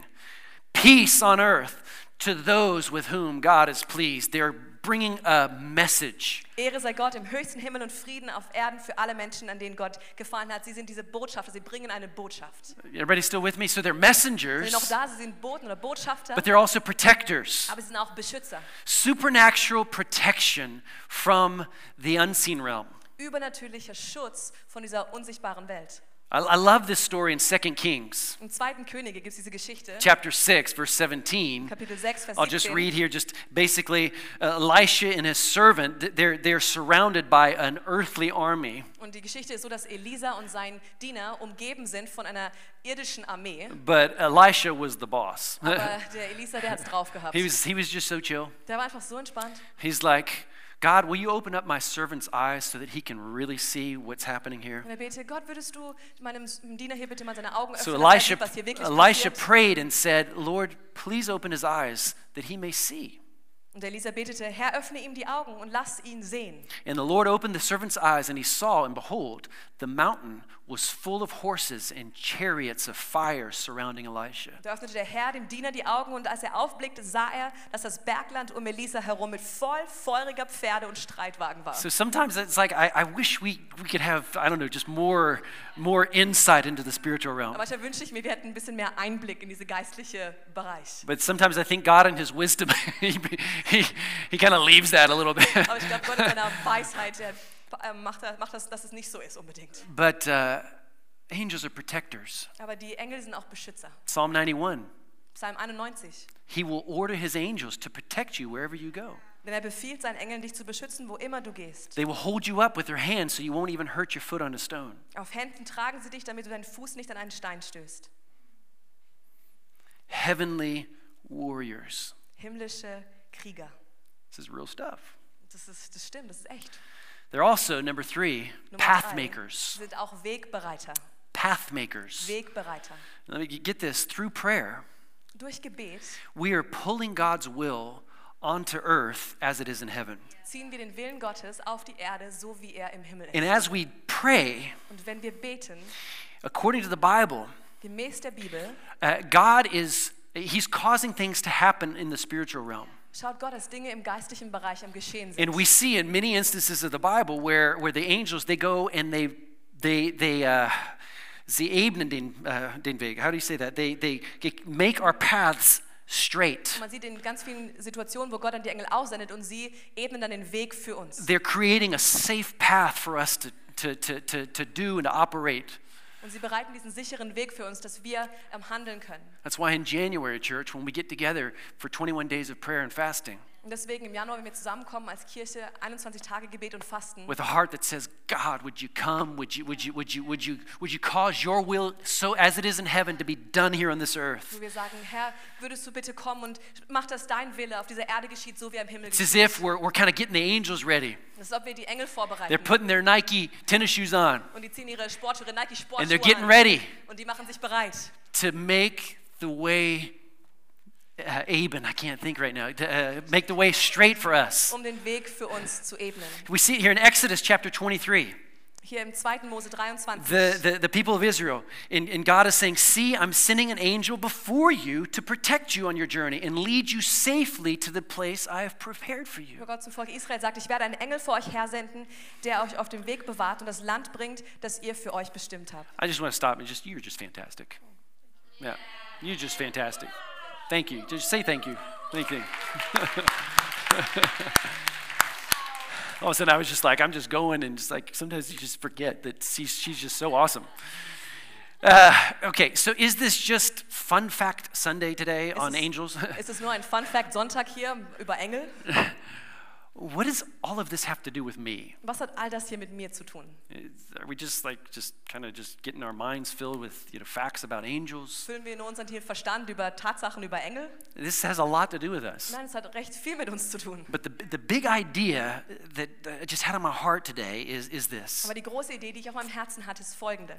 [SPEAKER 1] Peace on earth to those with whom God is pleased. They're bringing a message.
[SPEAKER 2] Ehre sei Gott im höchsten Himmel und Frieden auf Erden für alle Menschen, an denen Gott gefallen hat. Sie sind diese Botschafter, sie bringen eine Botschaft.
[SPEAKER 1] Everybody still with me? So they're
[SPEAKER 2] Sie
[SPEAKER 1] messengers,
[SPEAKER 2] sind auch da, sie sind Boten oder Botschafter,
[SPEAKER 1] but they're also protectors.
[SPEAKER 2] aber sie sind auch Beschützer.
[SPEAKER 1] Supernatural protection from the unseen realm.
[SPEAKER 2] Übernatürlicher Schutz von dieser unsichtbaren Welt.
[SPEAKER 1] I, I love this story in 2 Kings
[SPEAKER 2] Im zweiten Könige gibt es diese Geschichte,
[SPEAKER 1] chapter 6, verse 17.
[SPEAKER 2] Kapitel 6, Vers
[SPEAKER 1] I'll just
[SPEAKER 2] 17.
[SPEAKER 1] read here just basically uh, Elisha and his servant, th- they're, they're surrounded by an earthly army,
[SPEAKER 2] Und die Geschichte ist so, dass Elisa und sein Diener umgeben sind von einer irdischen Armee.
[SPEAKER 1] but Elisha was the boss.
[SPEAKER 2] Aber der Elisa, der hat es drauf gehabt.
[SPEAKER 1] he, was, he was just so chill.
[SPEAKER 2] Der war einfach so entspannt.
[SPEAKER 1] He's like, God, will you open up my servant's eyes so that he can really see what's happening here?
[SPEAKER 2] Und er bete, Gott, würdest du meinem Diener hier bitte mal seine Augen öffnen,
[SPEAKER 1] So
[SPEAKER 2] damit er
[SPEAKER 1] Elisha,
[SPEAKER 2] sieht, was hier wirklich
[SPEAKER 1] Elisha
[SPEAKER 2] passiert.
[SPEAKER 1] prayed and said, Lord, please open his eyes that he may see.
[SPEAKER 2] Und Elisa betete, Herr, öffne ihm die Augen und lass ihn sehen.
[SPEAKER 1] And the Lord opened the servant's eyes, and he saw, and behold, the mountain was full of horses and chariots of fire surrounding Elisha.
[SPEAKER 2] Da öffnete der Herr dem Diener die Augen und als er aufblickte, sah er, dass das Bergland um Elisa herum mit voll feuriger Pferde und Streitwagen war.
[SPEAKER 1] So sometimes it's like I, I wish we, we could have, I don't know, just more more insight into the spiritual realm.
[SPEAKER 2] Aber manchmal wünsche ich mir, wir hätten ein bisschen mehr Einblick in diesen geistlichen Bereich.
[SPEAKER 1] But sometimes I think God in his wisdom, he, he, he kind of leaves that a little bit.
[SPEAKER 2] Aber ich glaube, Gott in seiner Weisheit der, äh, macht, er- macht das, dass es nicht so ist unbedingt.
[SPEAKER 1] But uh, angels are protectors.
[SPEAKER 2] Aber die Engel sind auch Beschützer.
[SPEAKER 1] Psalm 91,
[SPEAKER 2] Psalm 91.
[SPEAKER 1] he will order his angels to protect you wherever you go.
[SPEAKER 2] Denn er befiehlt seinen Engeln, dich zu beschützen, wo immer du gehst.
[SPEAKER 1] They will hold you up with their hands so you won't even hurt your foot on a stone.
[SPEAKER 2] Auf Händen tragen sie dich, damit du deinen Fuß nicht an einen Stein stößt.
[SPEAKER 1] Heavenly warriors.
[SPEAKER 2] Himmlische Krieger.
[SPEAKER 1] This is real stuff.
[SPEAKER 2] Das, ist, das stimmt, das ist echt.
[SPEAKER 1] They're also, number three,
[SPEAKER 2] Nummer drei.
[SPEAKER 1] path makers.
[SPEAKER 2] Sie sind auch Wegbereiter.
[SPEAKER 1] Path makers.
[SPEAKER 2] Wegbereiter.
[SPEAKER 1] Let me get this through prayer,
[SPEAKER 2] Durch Gebet
[SPEAKER 1] we are pulling God's will onto earth as it is in heaven.
[SPEAKER 2] ziehen wir den Willen Gottes auf die Erde, so wie er im Himmel ist.
[SPEAKER 1] And as we pray,
[SPEAKER 2] Und wenn wir beten,
[SPEAKER 1] according to the Bible,
[SPEAKER 2] gemäß der Bibel,
[SPEAKER 1] uh, God is he's causing things to happen in the spiritual realm.
[SPEAKER 2] schaut Gott, dass Dinge im geistlichen Bereich am Geschehen sind.
[SPEAKER 1] And we see in many instances of the Bible where where the angels they go and they they they uh Sie ebnen den, uh, den Weg. How do you say that? They, they make our paths straight.
[SPEAKER 2] Man sieht in ganz vielen Situationen, wo Gott dann die Engel aussendet und sie ebnen dann den Weg für uns.
[SPEAKER 1] They're creating a safe path for us to, to, to, to, to do and to operate.
[SPEAKER 2] Und sie bereiten diesen sicheren Weg für uns, dass wir ähm, handeln können.
[SPEAKER 1] That's why in January, church, when we get together for 21 days of prayer and fasting
[SPEAKER 2] Und deswegen im Januar, wenn wir zusammenkommen als Kirche, 21 Tage Gebet und Fasten,
[SPEAKER 1] with a heart that says, God, would you come? Would you, would you, would you, would you, would you cause your will so as it is in heaven to be done here on this earth?
[SPEAKER 2] wo wir sagen, Herr, würdest du bitte kommen und mach, dass dein Wille auf dieser Erde geschieht, so wie er im Himmel
[SPEAKER 1] It's as
[SPEAKER 2] geschieht.
[SPEAKER 1] if we're, we're kind of getting the angels ready.
[SPEAKER 2] Das ist, ob wir die Engel
[SPEAKER 1] They're
[SPEAKER 2] vorbereiten.
[SPEAKER 1] putting their Nike tennis shoes on
[SPEAKER 2] Und die ziehen ihre Sportschuhe, ihre Nike
[SPEAKER 1] and they're
[SPEAKER 2] Sportschuhe
[SPEAKER 1] getting
[SPEAKER 2] an.
[SPEAKER 1] ready
[SPEAKER 2] Und die machen sich bereit,
[SPEAKER 1] to make the way, uh, Aben, I can't think right now, to uh, make the way straight for us.
[SPEAKER 2] um den Weg für uns zu ebnen.
[SPEAKER 1] We see it here in Exodus chapter 23.
[SPEAKER 2] Hier im 2. Mose 23.
[SPEAKER 1] the, the, the people of Israel. And, and God is saying, See, I'm sending an angel before you to protect you on your journey and lead you safely to the place I have prepared for you.
[SPEAKER 2] Für Gott zum Volk Israel sagt, ich werde einen Engel vor euch hersenden, der euch auf dem Weg bewahrt und das Land bringt, das ihr für euch bestimmt habt.
[SPEAKER 1] I just want to stop and just, you're just fantastic. Yeah, you're just fantastic. Thank you. Just say thank you. Thank you. All of a sudden, I was just like, I'm just going, and just like sometimes you just forget that she's, she's just so awesome. Uh, okay, so is this just fun fact Sunday today on
[SPEAKER 2] this-
[SPEAKER 1] angels?
[SPEAKER 2] Ist es nur ein Fun Fact Sonntag hier über Engel?
[SPEAKER 1] What does all of this have to do with me?
[SPEAKER 2] Was hat all das hier mit mir zu tun?
[SPEAKER 1] Is- Are we just like just kind of just getting our minds filled with you know facts about angels?
[SPEAKER 2] Füllen wir nur unseren hier Verstand über Tatsachen über Engel?
[SPEAKER 1] This has a lot to do with us.
[SPEAKER 2] Nein, es hat recht viel mit uns zu tun.
[SPEAKER 1] But the the big idea that, that I just had on my heart today is is this:
[SPEAKER 2] Aber die große Idee, die ich auf meinem Herzen hatte, ist folgende.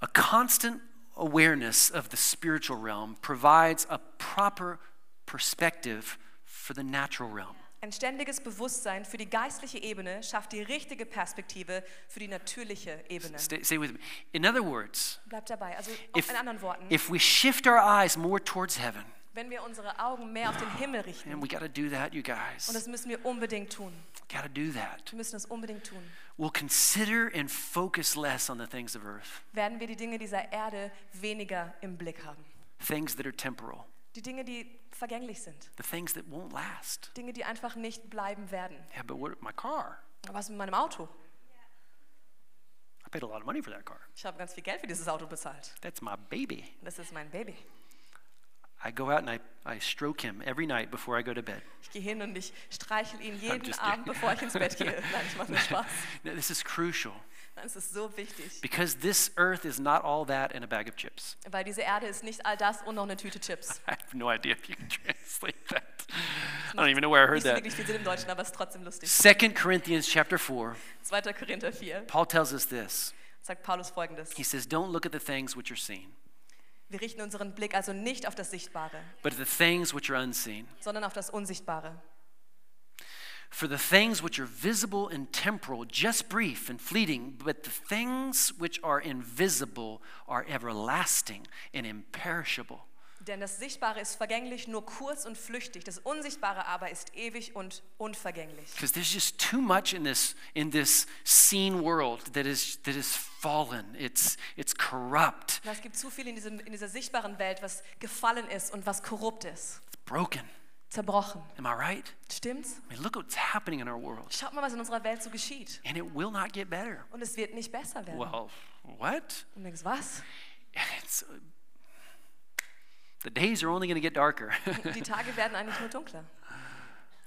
[SPEAKER 1] a constant awareness of the spiritual realm provides a proper perspective for the natural realm.
[SPEAKER 2] Ein ständiges Bewusstsein für die geistliche Ebene schafft die richtige Perspektive für die natürliche Ebene.
[SPEAKER 1] Stay, stay with me. In other words,
[SPEAKER 2] Bleibt dabei. Also auch
[SPEAKER 1] if
[SPEAKER 2] in anderen Worten,
[SPEAKER 1] if we shift our eyes more towards heaven,
[SPEAKER 2] wenn wir unsere Augen mehr auf den Himmel richten.
[SPEAKER 1] And we got to do that, you
[SPEAKER 2] Und
[SPEAKER 1] guys.
[SPEAKER 2] das müssen wir unbedingt tun.
[SPEAKER 1] Got to do that.
[SPEAKER 2] Wir müssen das unbedingt tun.
[SPEAKER 1] We'll consider and focus less on the things of earth,
[SPEAKER 2] Werden wir die Dinge dieser Erde weniger im Blick haben.
[SPEAKER 1] things that are temporal,
[SPEAKER 2] Die Dinge, die vergänglich sind.
[SPEAKER 1] the things that won't last.
[SPEAKER 2] Dinge, die einfach nicht bleiben werden.
[SPEAKER 1] Yeah, but what my car?
[SPEAKER 2] Was mit meinem Auto?
[SPEAKER 1] I paid a lot of money for that car.
[SPEAKER 2] Ich habe ganz viel Geld für dieses Auto bezahlt.
[SPEAKER 1] That's my baby.
[SPEAKER 2] Und Das ist mein Baby.
[SPEAKER 1] I go out and I, I stroke him every night before I go to bed.
[SPEAKER 2] Ich gehe hin und ich streichel ihn jeden
[SPEAKER 1] just
[SPEAKER 2] Abend,
[SPEAKER 1] kidding.
[SPEAKER 2] bevor ich ins Bett gehe. Nein, ich mache nur Spaß.
[SPEAKER 1] Now, this is crucial
[SPEAKER 2] Nein, es ist so wichtig.
[SPEAKER 1] because this earth is not all that in a bag of chips.
[SPEAKER 2] Weil diese Erde ist nicht all das und noch eine Tüte Chips.
[SPEAKER 1] I have no idea if you can translate that. I don't even know where I heard
[SPEAKER 2] Nicht so
[SPEAKER 1] that.
[SPEAKER 2] wirklich viel Sinn im Deutschen, aber es ist trotzdem lustig.
[SPEAKER 1] 2 Corinthians chapter 4,
[SPEAKER 2] 2. Korinther 4
[SPEAKER 1] Paul tells us this.
[SPEAKER 2] sagt Paulus folgendes.
[SPEAKER 1] He says, Don't look at the things which are seen,
[SPEAKER 2] Wir richten unseren Blick also nicht auf das Sichtbare,
[SPEAKER 1] but at the things which are unseen.
[SPEAKER 2] sondern auf das Unsichtbare.
[SPEAKER 1] For the things which are visible and temporal, just brief and fleeting, but the things which are invisible are everlasting and imperishable.
[SPEAKER 2] Denn das Sichtbare ist vergänglich, nur kurz und flüchtig. Das Unsichtbare aber ist ewig und unvergänglich.
[SPEAKER 1] Because there's just too much in this in this seen world that is that is fallen. It's it's corrupt.
[SPEAKER 2] Und Es gibt zu viel in, diesem, in dieser sichtbaren Welt, was gefallen ist und was korrupt ist.
[SPEAKER 1] It's broken.
[SPEAKER 2] Zerbrochen.
[SPEAKER 1] Am I right?
[SPEAKER 2] Stimmt's?
[SPEAKER 1] I mean, look what's happening in our world.
[SPEAKER 2] Schaut mal, was in unserer Welt so geschieht.
[SPEAKER 1] And it will not get better.
[SPEAKER 2] Und es wird nicht besser werden.
[SPEAKER 1] Well, what?
[SPEAKER 2] Und du denkst, was?
[SPEAKER 1] It's, uh, the days are only going to get darker.
[SPEAKER 2] Die Tage werden eigentlich nur dunkler.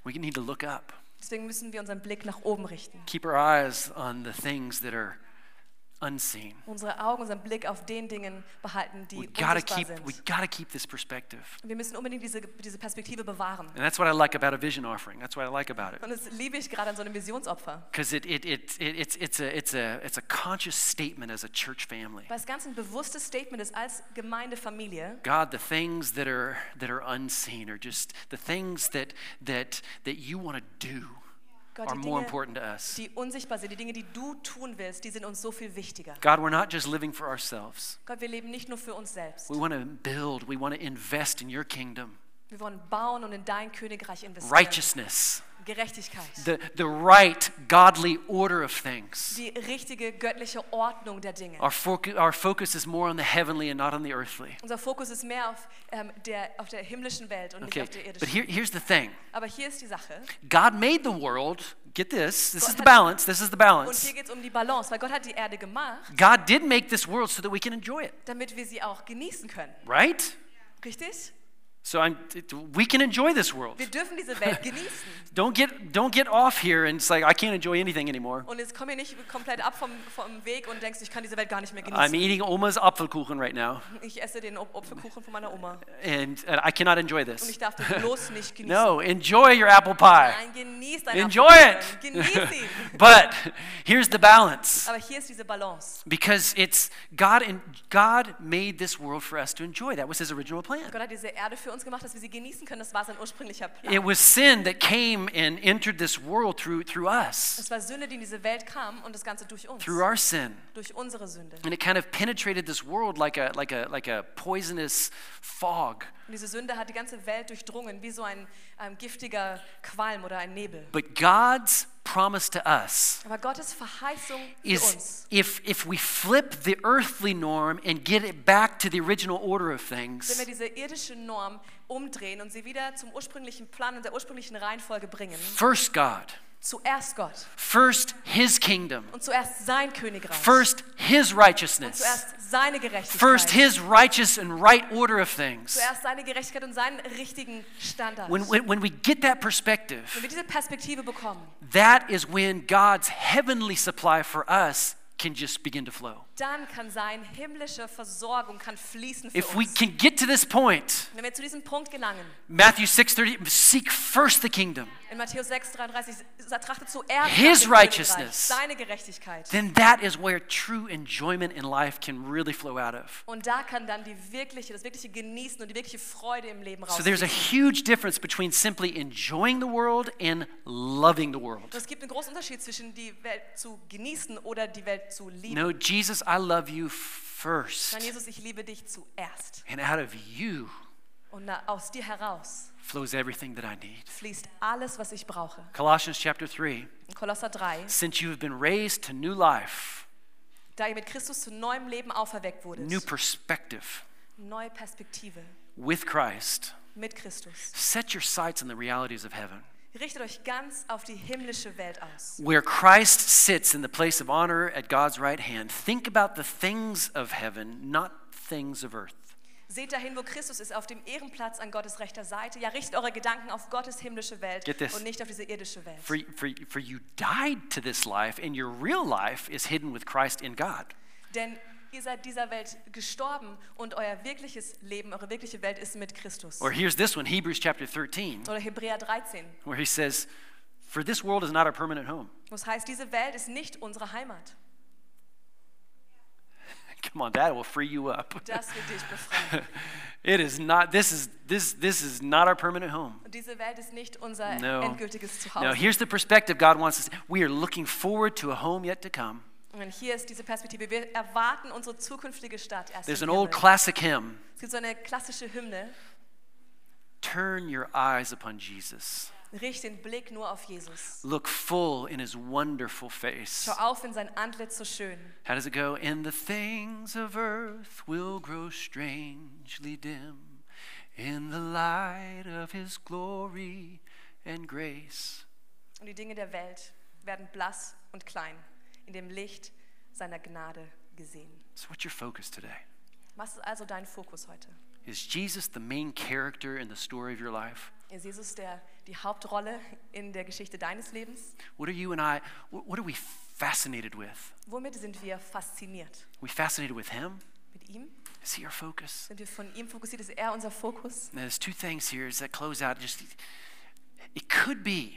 [SPEAKER 1] we need to look up.
[SPEAKER 2] Deswegen müssen wir unseren Blick nach oben richten.
[SPEAKER 1] Keep our eyes on the things that are unseen.
[SPEAKER 2] Unsere Augen, unseren Blick auf den Dingen behalten, die
[SPEAKER 1] We gotta
[SPEAKER 2] unsichtbar
[SPEAKER 1] keep we
[SPEAKER 2] sind.
[SPEAKER 1] gotta keep this perspective.
[SPEAKER 2] Wir müssen unbedingt diese, diese Perspektive bewahren.
[SPEAKER 1] And that's what I like about a vision offering. That's what I like about it.
[SPEAKER 2] Und das liebe ich gerade an so einem Visionsopfer.
[SPEAKER 1] Because it, it, it, it, it's, it's, a, it's, a, it's a conscious statement as a church family.
[SPEAKER 2] Weil es ganz ein bewusstes Statement ist als Gemeindefamilie.
[SPEAKER 1] God, the things that are, that are unseen are just the things that, that, that you want to do
[SPEAKER 2] Gott,
[SPEAKER 1] are
[SPEAKER 2] die
[SPEAKER 1] more
[SPEAKER 2] Dinge,
[SPEAKER 1] important to us.
[SPEAKER 2] die unsichtbar sind, die Dinge, die du tun willst, die sind uns so viel wichtiger.
[SPEAKER 1] God, we're not just living for ourselves.
[SPEAKER 2] Gott, wir leben nicht nur für uns selbst.
[SPEAKER 1] We want to build, we want to invest in your kingdom.
[SPEAKER 2] Wir wollen bauen und in dein Königreich investieren.
[SPEAKER 1] Righteousness,
[SPEAKER 2] Gerechtigkeit.
[SPEAKER 1] the, the right, godly order of things.
[SPEAKER 2] Die richtige göttliche Ordnung der Dinge.
[SPEAKER 1] Our, focu- our focus is more on the heavenly and not on the earthly.
[SPEAKER 2] Unser Fokus ist mehr auf, ähm, der, auf der himmlischen Welt und
[SPEAKER 1] Okay,
[SPEAKER 2] nicht auf der
[SPEAKER 1] but
[SPEAKER 2] irdischen.
[SPEAKER 1] here, here's the thing
[SPEAKER 2] Aber hier ist die Sache.
[SPEAKER 1] God made the world. Get this. This
[SPEAKER 2] Gott
[SPEAKER 1] is the
[SPEAKER 2] hat-
[SPEAKER 1] balance. This is the
[SPEAKER 2] Und
[SPEAKER 1] balance.
[SPEAKER 2] hier geht es um die Balance, weil Gott hat die Erde gemacht,
[SPEAKER 1] God did make this world so that we can enjoy it,
[SPEAKER 2] damit wir sie auch genießen können.
[SPEAKER 1] right?
[SPEAKER 2] Richtig?
[SPEAKER 1] So I'm, it- we can enjoy this world.
[SPEAKER 2] Wir dürfen diese Welt genießen.
[SPEAKER 1] Don't get, don't get off here and it's like, I can't enjoy anything anymore.
[SPEAKER 2] Und jetzt komm hier nicht komplett ab vom, vom Weg und denkst, ich kann diese Welt gar nicht mehr
[SPEAKER 1] I'm
[SPEAKER 2] genießen.
[SPEAKER 1] eating Oma's Apfelkuchen right now
[SPEAKER 2] Ich esse den Op- Opferkuchen von meiner Oma
[SPEAKER 1] and, and I cannot enjoy
[SPEAKER 2] und ich
[SPEAKER 1] this.
[SPEAKER 2] darf den bloß nicht genießen.
[SPEAKER 1] No, enjoy your apple pie,
[SPEAKER 2] Nein, genieß deinen
[SPEAKER 1] enjoy it.
[SPEAKER 2] Apfelkuchen. Genieß ihn.
[SPEAKER 1] But here's the balance
[SPEAKER 2] Aber hier ist diese Balance.
[SPEAKER 1] because it's God and God made this world for us to enjoy. That was His original plan.
[SPEAKER 2] Gott hat diese Erde für uns gemacht, dass wir sie genießen können. Das war sein ursprünglicher Plan.
[SPEAKER 1] It was sin that came and entered this world through, through us,
[SPEAKER 2] Es war Sünde, die in diese Welt kam und das Ganze durch uns,
[SPEAKER 1] through our sin.
[SPEAKER 2] durch unsere Sünde.
[SPEAKER 1] And it kind of penetrated this world like a, like a, like a poisonous fog.
[SPEAKER 2] Und diese Sünde hat die ganze Welt durchdrungen, wie so ein ähm, giftiger Qualm oder ein Nebel.
[SPEAKER 1] But God's promise to us
[SPEAKER 2] Aber Gottes Verheißung für
[SPEAKER 1] is
[SPEAKER 2] uns
[SPEAKER 1] if, if we flip the earthly norm and get it back to the original order of
[SPEAKER 2] wenn wir
[SPEAKER 1] things,
[SPEAKER 2] diese irdische Norm umdrehen und sie wieder zum ursprünglichen Plan und der ursprünglichen Reihenfolge bringen.
[SPEAKER 1] first God,
[SPEAKER 2] Zuerst Gott
[SPEAKER 1] first His kingdom,
[SPEAKER 2] und zuerst sein Königreich.
[SPEAKER 1] first His
[SPEAKER 2] und
[SPEAKER 1] righteousness,
[SPEAKER 2] zuerst seine Gerechtigkeit.
[SPEAKER 1] first His righteous and right order of things.
[SPEAKER 2] zuerst seine Gerechtigkeit und seinen richtigen Standard.
[SPEAKER 1] When, when, when we get that perspective,
[SPEAKER 2] wenn wir diese Perspektive bekommen,
[SPEAKER 1] that is when God's heavenly supply for us can just begin to flow.
[SPEAKER 2] dann kann sein himmlische Versorgung kann fließen für
[SPEAKER 1] If we
[SPEAKER 2] uns.
[SPEAKER 1] can get to this point,
[SPEAKER 2] wenn wir zu diesem Punkt gelangen,
[SPEAKER 1] Matthew 6:30, seek first the kingdom,
[SPEAKER 2] in Matthäus 6,33, trachtet zuerst
[SPEAKER 1] His
[SPEAKER 2] nach dem Königreich,
[SPEAKER 1] righteousness.
[SPEAKER 2] seine Gerechtigkeit.
[SPEAKER 1] then that is where true enjoyment in life can really flow out of.
[SPEAKER 2] Und da kann dann die wirkliche, das wirkliche Genießen und die wirkliche Freude im Leben
[SPEAKER 1] So there's a
[SPEAKER 2] rauskommen.
[SPEAKER 1] huge difference between simply enjoying the world and loving the
[SPEAKER 2] Und
[SPEAKER 1] world.
[SPEAKER 2] es gibt einen großen Unterschied zwischen die Welt zu genießen oder die Welt zu lieben.
[SPEAKER 1] No, Jesus, I love you
[SPEAKER 2] Nein,
[SPEAKER 1] first.
[SPEAKER 2] Jesus, ich liebe dich zuerst.
[SPEAKER 1] And out of you
[SPEAKER 2] Und na- aus dir heraus
[SPEAKER 1] flows everything that I need.
[SPEAKER 2] fließt alles, was ich brauche.
[SPEAKER 1] Colossians chapter 3
[SPEAKER 2] In Kolosser 3,
[SPEAKER 1] Since you have been raised to new life,
[SPEAKER 2] da ihr mit Christus zu neuem Leben auferweckt wurdet,
[SPEAKER 1] new perspective
[SPEAKER 2] neue Perspektive
[SPEAKER 1] with Christ,
[SPEAKER 2] mit Christus.
[SPEAKER 1] set your sights on the realities of heaven,
[SPEAKER 2] Richtet euch ganz auf die himmlische Welt aus.
[SPEAKER 1] where Christ sits in the place of honor at God's right hand. Think about the things of heaven, not things of earth.
[SPEAKER 2] Seht dahin, wo Christus ist, auf dem Ehrenplatz an Gottes rechter Seite. Ja, richtet eure Gedanken auf Gottes himmlische Welt
[SPEAKER 1] Get this.
[SPEAKER 2] und nicht auf diese irdische Welt.
[SPEAKER 1] For, for, for you died to this life, and your real life is hidden with Christ in God.
[SPEAKER 2] Denn ihr seid dieser Welt gestorben und euer wirkliches Leben, eure wirkliche Welt ist mit Christus.
[SPEAKER 1] Or here's this one Hebrews chapter 13,
[SPEAKER 2] Oder Hebräer 13,
[SPEAKER 1] where he says, For this world is not our permanent home.
[SPEAKER 2] was heißt, diese Welt ist nicht unsere Heimat.
[SPEAKER 1] Come on, that will free you up.
[SPEAKER 2] Das wird dich befreien.
[SPEAKER 1] It is not. This is this this is not our permanent home.
[SPEAKER 2] Und diese Welt ist nicht unser
[SPEAKER 1] No.
[SPEAKER 2] endgültiges Zuhause.
[SPEAKER 1] No. Here's the perspective God wants us. We are looking forward to a home yet to come.
[SPEAKER 2] Und hier ist diese Perspektive. Wir erwarten unsere zukünftige Stadt erst.
[SPEAKER 1] There's
[SPEAKER 2] im
[SPEAKER 1] an old
[SPEAKER 2] Himmel.
[SPEAKER 1] classic hymn.
[SPEAKER 2] es gibt so eine klassische Hymne.
[SPEAKER 1] Turn your eyes upon Jesus.
[SPEAKER 2] Richt den Blick nur auf Jesus.
[SPEAKER 1] Look full in His wonderful face.
[SPEAKER 2] Schau auf in sein Antlitz so schön.
[SPEAKER 1] How does it go? And the things of earth will grow strangely dim in the light of His glory and grace.
[SPEAKER 2] Und die Dinge der Welt werden blass und klein in dem Licht seiner Gnade gesehen.
[SPEAKER 1] So, what's your focus today?
[SPEAKER 2] Was ist also dein Fokus heute?
[SPEAKER 1] Is Jesus the main character in the story of your life?
[SPEAKER 2] Ist Jesus der, die Hauptrolle in der Geschichte deines Lebens?
[SPEAKER 1] What are you and I, wh- what are we fascinated with?
[SPEAKER 2] Womit sind wir fasziniert?
[SPEAKER 1] we fascinated with Him?
[SPEAKER 2] Mit ihm?
[SPEAKER 1] Is He our focus?
[SPEAKER 2] Sind wir von ihm fokussiert? Ist er unser Fokus?
[SPEAKER 1] And there's two things here as that close out. Just, it could be,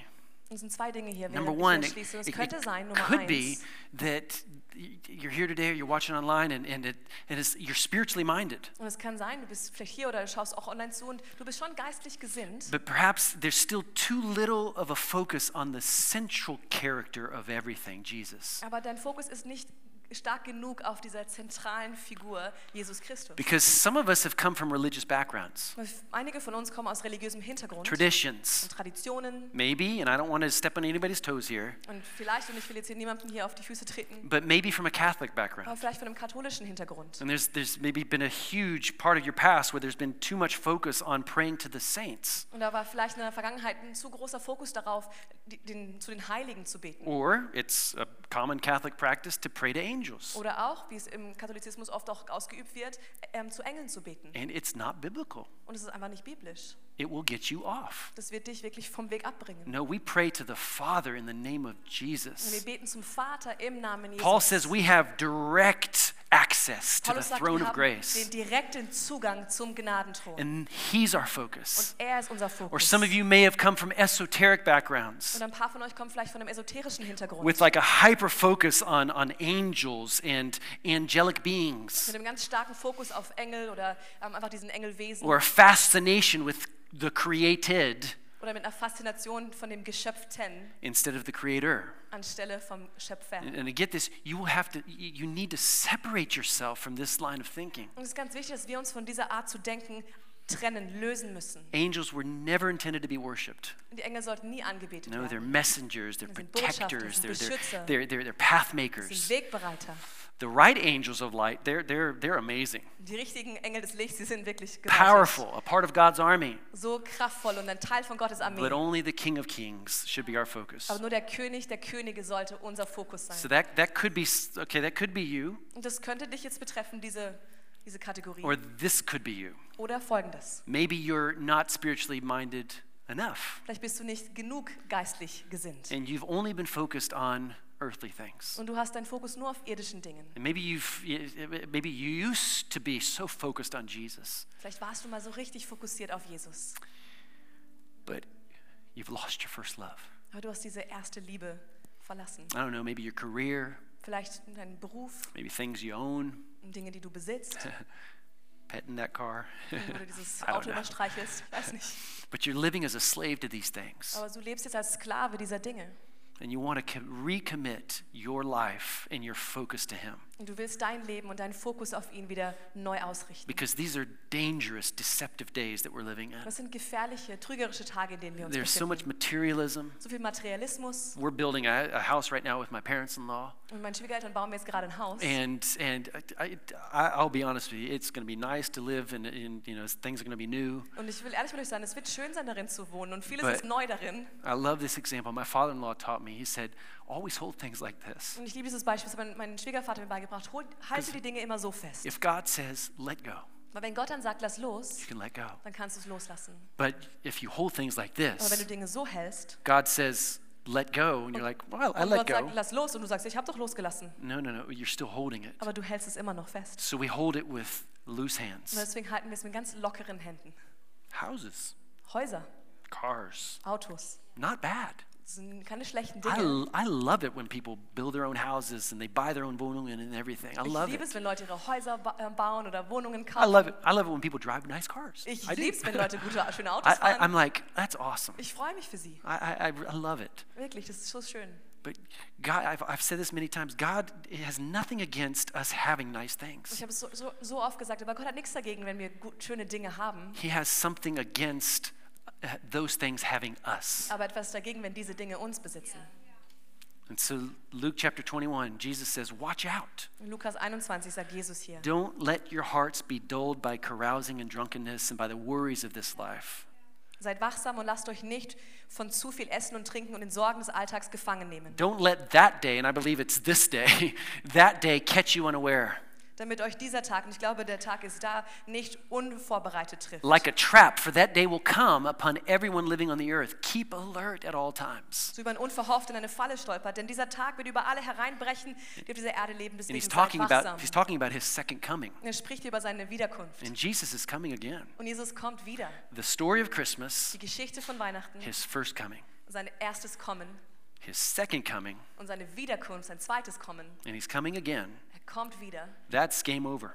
[SPEAKER 2] Es sind zwei Dinge hier,
[SPEAKER 1] number
[SPEAKER 2] während ich
[SPEAKER 1] one,
[SPEAKER 2] hier
[SPEAKER 1] it,
[SPEAKER 2] schließe. Und
[SPEAKER 1] it-
[SPEAKER 2] Es könnte
[SPEAKER 1] it
[SPEAKER 2] sein, Nummer
[SPEAKER 1] could be
[SPEAKER 2] eins.
[SPEAKER 1] that y- you're here today or you're watching online and, and, it, and it's, you're spiritually minded.
[SPEAKER 2] Und es kann sein, du bist vielleicht hier oder du schaust auch online zu und du bist schon geistlich gesinnt,
[SPEAKER 1] But perhaps there's still too little of a focus on the central character of everything, Jesus.
[SPEAKER 2] aber dein Fokus ist nicht stark genug auf dieser zentralen Figur Jesus Christus.
[SPEAKER 1] Because some of us have come from religious backgrounds,
[SPEAKER 2] Einige von uns kommen aus religiösem Hintergrund,
[SPEAKER 1] traditions,
[SPEAKER 2] Traditionen
[SPEAKER 1] maybe, and I don't want to step on anybody's toes here,
[SPEAKER 2] und vielleicht, und ich will jetzt hier niemandem hier auf die Füße treten,
[SPEAKER 1] but maybe from a Catholic
[SPEAKER 2] aber
[SPEAKER 1] background.
[SPEAKER 2] vielleicht von einem katholischen Hintergrund.
[SPEAKER 1] And there's, there's maybe been a huge part of your past where there's been too much focus on praying to the saints.
[SPEAKER 2] Und da war vielleicht in der Vergangenheit ein zu großer Fokus darauf, die- den, zu den Heiligen zu beten.
[SPEAKER 1] Or it's a common Catholic practice to pray to angels.
[SPEAKER 2] Oder auch, wie es im Katholizismus oft auch ausgeübt wird, ähm, zu Engeln zu beten.
[SPEAKER 1] And it's not biblical.
[SPEAKER 2] Und es ist einfach nicht biblisch.
[SPEAKER 1] It will get you off.
[SPEAKER 2] Das wird dich wirklich vom Weg abbringen.
[SPEAKER 1] No, we pray to the Father in the name of
[SPEAKER 2] Und wir
[SPEAKER 1] Jesus.
[SPEAKER 2] beten zum Vater im Namen Jesus.
[SPEAKER 1] Paul says we have direct access to the
[SPEAKER 2] Paulus sagt, wir
[SPEAKER 1] throne of
[SPEAKER 2] haben den
[SPEAKER 1] grace,
[SPEAKER 2] direkten Zugang zum Gnadenthron.
[SPEAKER 1] and He's our focus.
[SPEAKER 2] Und er ist unser
[SPEAKER 1] Or
[SPEAKER 2] Fokus.
[SPEAKER 1] some of you may have come from esoteric backgrounds
[SPEAKER 2] Und ein paar von euch kommen vielleicht von einem esoterischen Hintergrund.
[SPEAKER 1] with like a hyper focus on, on angels and angelic beings.
[SPEAKER 2] mit einem ganz starken Fokus auf Engel oder ähm, einfach diesen Engelwesen.
[SPEAKER 1] or a fascination with the created
[SPEAKER 2] oder mit einer Faszination von dem Geschöpften
[SPEAKER 1] instead of the creator.
[SPEAKER 2] anstelle vom Schöpfer.
[SPEAKER 1] And, and to get this, you will have to, you you need to separate yourself from this line of thinking.
[SPEAKER 2] Und es ist ganz wichtig, dass wir uns von dieser Art zu denken trennen, lösen müssen.
[SPEAKER 1] Angels were never intended to be worshipped.
[SPEAKER 2] Und die Engel sollten nie angebetet
[SPEAKER 1] No, they're
[SPEAKER 2] werden.
[SPEAKER 1] messengers, they're
[SPEAKER 2] Das sind Botschafter,
[SPEAKER 1] protectors,
[SPEAKER 2] das
[SPEAKER 1] they're,
[SPEAKER 2] sind
[SPEAKER 1] they're,
[SPEAKER 2] Beschützer.
[SPEAKER 1] they're, they're, they're path
[SPEAKER 2] Sie sind
[SPEAKER 1] makers.
[SPEAKER 2] Wegbereiter.
[SPEAKER 1] The right angels of light, they're, they're, they're amazing,
[SPEAKER 2] Die richtigen Engel des Lichts, sie sind wirklich gewaltig.
[SPEAKER 1] powerful, a part of God's army.
[SPEAKER 2] so kraftvoll und ein Teil von Gottes Armee.
[SPEAKER 1] But only the King of Kings should be our focus.
[SPEAKER 2] Aber nur der König der Könige sollte unser Fokus sein.
[SPEAKER 1] So that, that could be, s- okay, that could be you,
[SPEAKER 2] Und das könnte dich jetzt betreffen, diese, diese Kategorie.
[SPEAKER 1] or this could be you.
[SPEAKER 2] Oder folgendes.
[SPEAKER 1] Maybe you're not spiritually minded enough
[SPEAKER 2] Vielleicht bist du nicht genug geistlich gesinnt.
[SPEAKER 1] and you've only been focused on earthly things.
[SPEAKER 2] Und du hast deinen Fokus nur auf irdischen Dingen.
[SPEAKER 1] And maybe you've maybe you used to be so focused on Jesus,
[SPEAKER 2] Vielleicht warst du mal so richtig fokussiert auf Jesus.
[SPEAKER 1] but you've lost your first love.
[SPEAKER 2] Aber du hast diese erste Liebe verlassen.
[SPEAKER 1] I don't know, maybe your career,
[SPEAKER 2] Vielleicht deinen Beruf,
[SPEAKER 1] maybe things you own,
[SPEAKER 2] Dinge, die du besitzt,
[SPEAKER 1] petting that car.
[SPEAKER 2] wo du dieses
[SPEAKER 1] I don't
[SPEAKER 2] Auto
[SPEAKER 1] know.
[SPEAKER 2] überstreichelst. Ich weiß nicht.
[SPEAKER 1] But you're living as a slave to these things.
[SPEAKER 2] Aber du lebst jetzt als Sklave dieser Dinge.
[SPEAKER 1] And you want to co- recommit your life and your focus to him.
[SPEAKER 2] Und du willst dein Leben und deinen Fokus auf ihn wieder neu ausrichten.
[SPEAKER 1] because these are dangerous, deceptive days that we're living in.
[SPEAKER 2] Das sind gefährliche, trügerische Tage, in denen wir uns
[SPEAKER 1] There's so
[SPEAKER 2] befinden.
[SPEAKER 1] much materialism.
[SPEAKER 2] So viel Materialismus.
[SPEAKER 1] We're building a, a house right now with my parents in law.
[SPEAKER 2] Und meine Schwiegereltern bauen mir jetzt gerade ein Haus.
[SPEAKER 1] And, and I, I, I'll be honest with you, it's going to be nice to live, and, and you know, things are going to be new.
[SPEAKER 2] Und ich will ehrlich mit euch sein, es wird schön sein, darin zu wohnen. Und vieles
[SPEAKER 1] But-
[SPEAKER 2] ist neu darin.
[SPEAKER 1] I love this example. My father in law taught me, he said, always hold things like this.
[SPEAKER 2] Und ich liebe dieses Beispiel, das hat mein, mein Schwiegervater mir beigebracht. Hol, halte die Dinge immer so fest.
[SPEAKER 1] If God says, let go,
[SPEAKER 2] Weil wenn Gott dann sagt, lass
[SPEAKER 1] you
[SPEAKER 2] los,
[SPEAKER 1] can let go.
[SPEAKER 2] dann kannst du es loslassen.
[SPEAKER 1] But if you hold things like
[SPEAKER 2] Aber wenn du
[SPEAKER 1] this,
[SPEAKER 2] Dinge so hältst,
[SPEAKER 1] God says, let go, and you're like, well, I
[SPEAKER 2] und
[SPEAKER 1] let
[SPEAKER 2] Gott
[SPEAKER 1] go.
[SPEAKER 2] sagt, lass los, und du sagst, ich habe doch losgelassen.
[SPEAKER 1] No, no, no, you're still holding it.
[SPEAKER 2] Aber du hältst es immer noch fest.
[SPEAKER 1] So we hold it with loose
[SPEAKER 2] Und
[SPEAKER 1] hands.
[SPEAKER 2] deswegen halten wir es mit ganz lockeren Händen.
[SPEAKER 1] Houses,
[SPEAKER 2] Häuser,
[SPEAKER 1] cars,
[SPEAKER 2] Autos,
[SPEAKER 1] not bad.
[SPEAKER 2] das sind keine schlechten
[SPEAKER 1] I,
[SPEAKER 2] Dinge.
[SPEAKER 1] l- I love it when people build their own houses and they buy their own Wohnungen and everything. I
[SPEAKER 2] Ich
[SPEAKER 1] love
[SPEAKER 2] liebe es,
[SPEAKER 1] it.
[SPEAKER 2] wenn Leute ihre Häuser ba äh, bauen oder Wohnungen
[SPEAKER 1] I
[SPEAKER 2] kaufen.
[SPEAKER 1] love it. I love it when people drive nice cars.
[SPEAKER 2] Ich
[SPEAKER 1] I do.
[SPEAKER 2] liebe es, wenn Leute gute, schöne Autos
[SPEAKER 1] I, I,
[SPEAKER 2] fahren.
[SPEAKER 1] I'm like, that's awesome.
[SPEAKER 2] ich freue mich für sie.
[SPEAKER 1] I, I, I- I love it.
[SPEAKER 2] Wirklich, das ist so schön.
[SPEAKER 1] But God, I've, I've said this many times God has nothing against us having nice
[SPEAKER 2] Ich
[SPEAKER 1] things,
[SPEAKER 2] habe es so, so, so oft gesagt, aber Gott hat nichts dagegen, wenn wir gut, schöne Dinge haben.
[SPEAKER 1] He has something against uh, those things having us.
[SPEAKER 2] Aber etwas dagegen, wenn diese Dinge uns besitzen.
[SPEAKER 1] And so, Luke chapter 21, Jesus says, Watch out.
[SPEAKER 2] In Lukas 21 sagt Jesus hier,
[SPEAKER 1] Don't let your hearts be dulled by carousing and drunkenness and by the worries of this life.
[SPEAKER 2] seid wachsam und lasst euch nicht von zu viel Essen und Trinken und den Sorgen des Alltags gefangen nehmen,
[SPEAKER 1] Don't let that day, and I believe it's this day, that day catch you unaware.
[SPEAKER 2] damit euch dieser Tag, und ich glaube, der Tag ist da, nicht unvorbereitet trifft.
[SPEAKER 1] Like a trap, for that day will come upon everyone living on the earth. Keep alert at all times.
[SPEAKER 2] so über ein Unverhofft in eine Falle stolpert, denn dieser Tag wird über alle hereinbrechen, die auf dieser Erde leben,
[SPEAKER 1] And
[SPEAKER 2] deswegen
[SPEAKER 1] he's
[SPEAKER 2] seid
[SPEAKER 1] talking
[SPEAKER 2] wachsam.
[SPEAKER 1] about he's talking about his second coming.
[SPEAKER 2] er spricht hier über seine Wiederkunft.
[SPEAKER 1] And Jesus is coming again.
[SPEAKER 2] Und Jesus kommt wieder.
[SPEAKER 1] The story of Christmas,
[SPEAKER 2] Die Geschichte von Weihnachten,
[SPEAKER 1] his first coming,
[SPEAKER 2] sein erstes Kommen
[SPEAKER 1] his second coming,
[SPEAKER 2] und seine Wiederkunft, sein zweites Kommen.
[SPEAKER 1] and he's coming again.
[SPEAKER 2] Er kommt wieder
[SPEAKER 1] That's game over.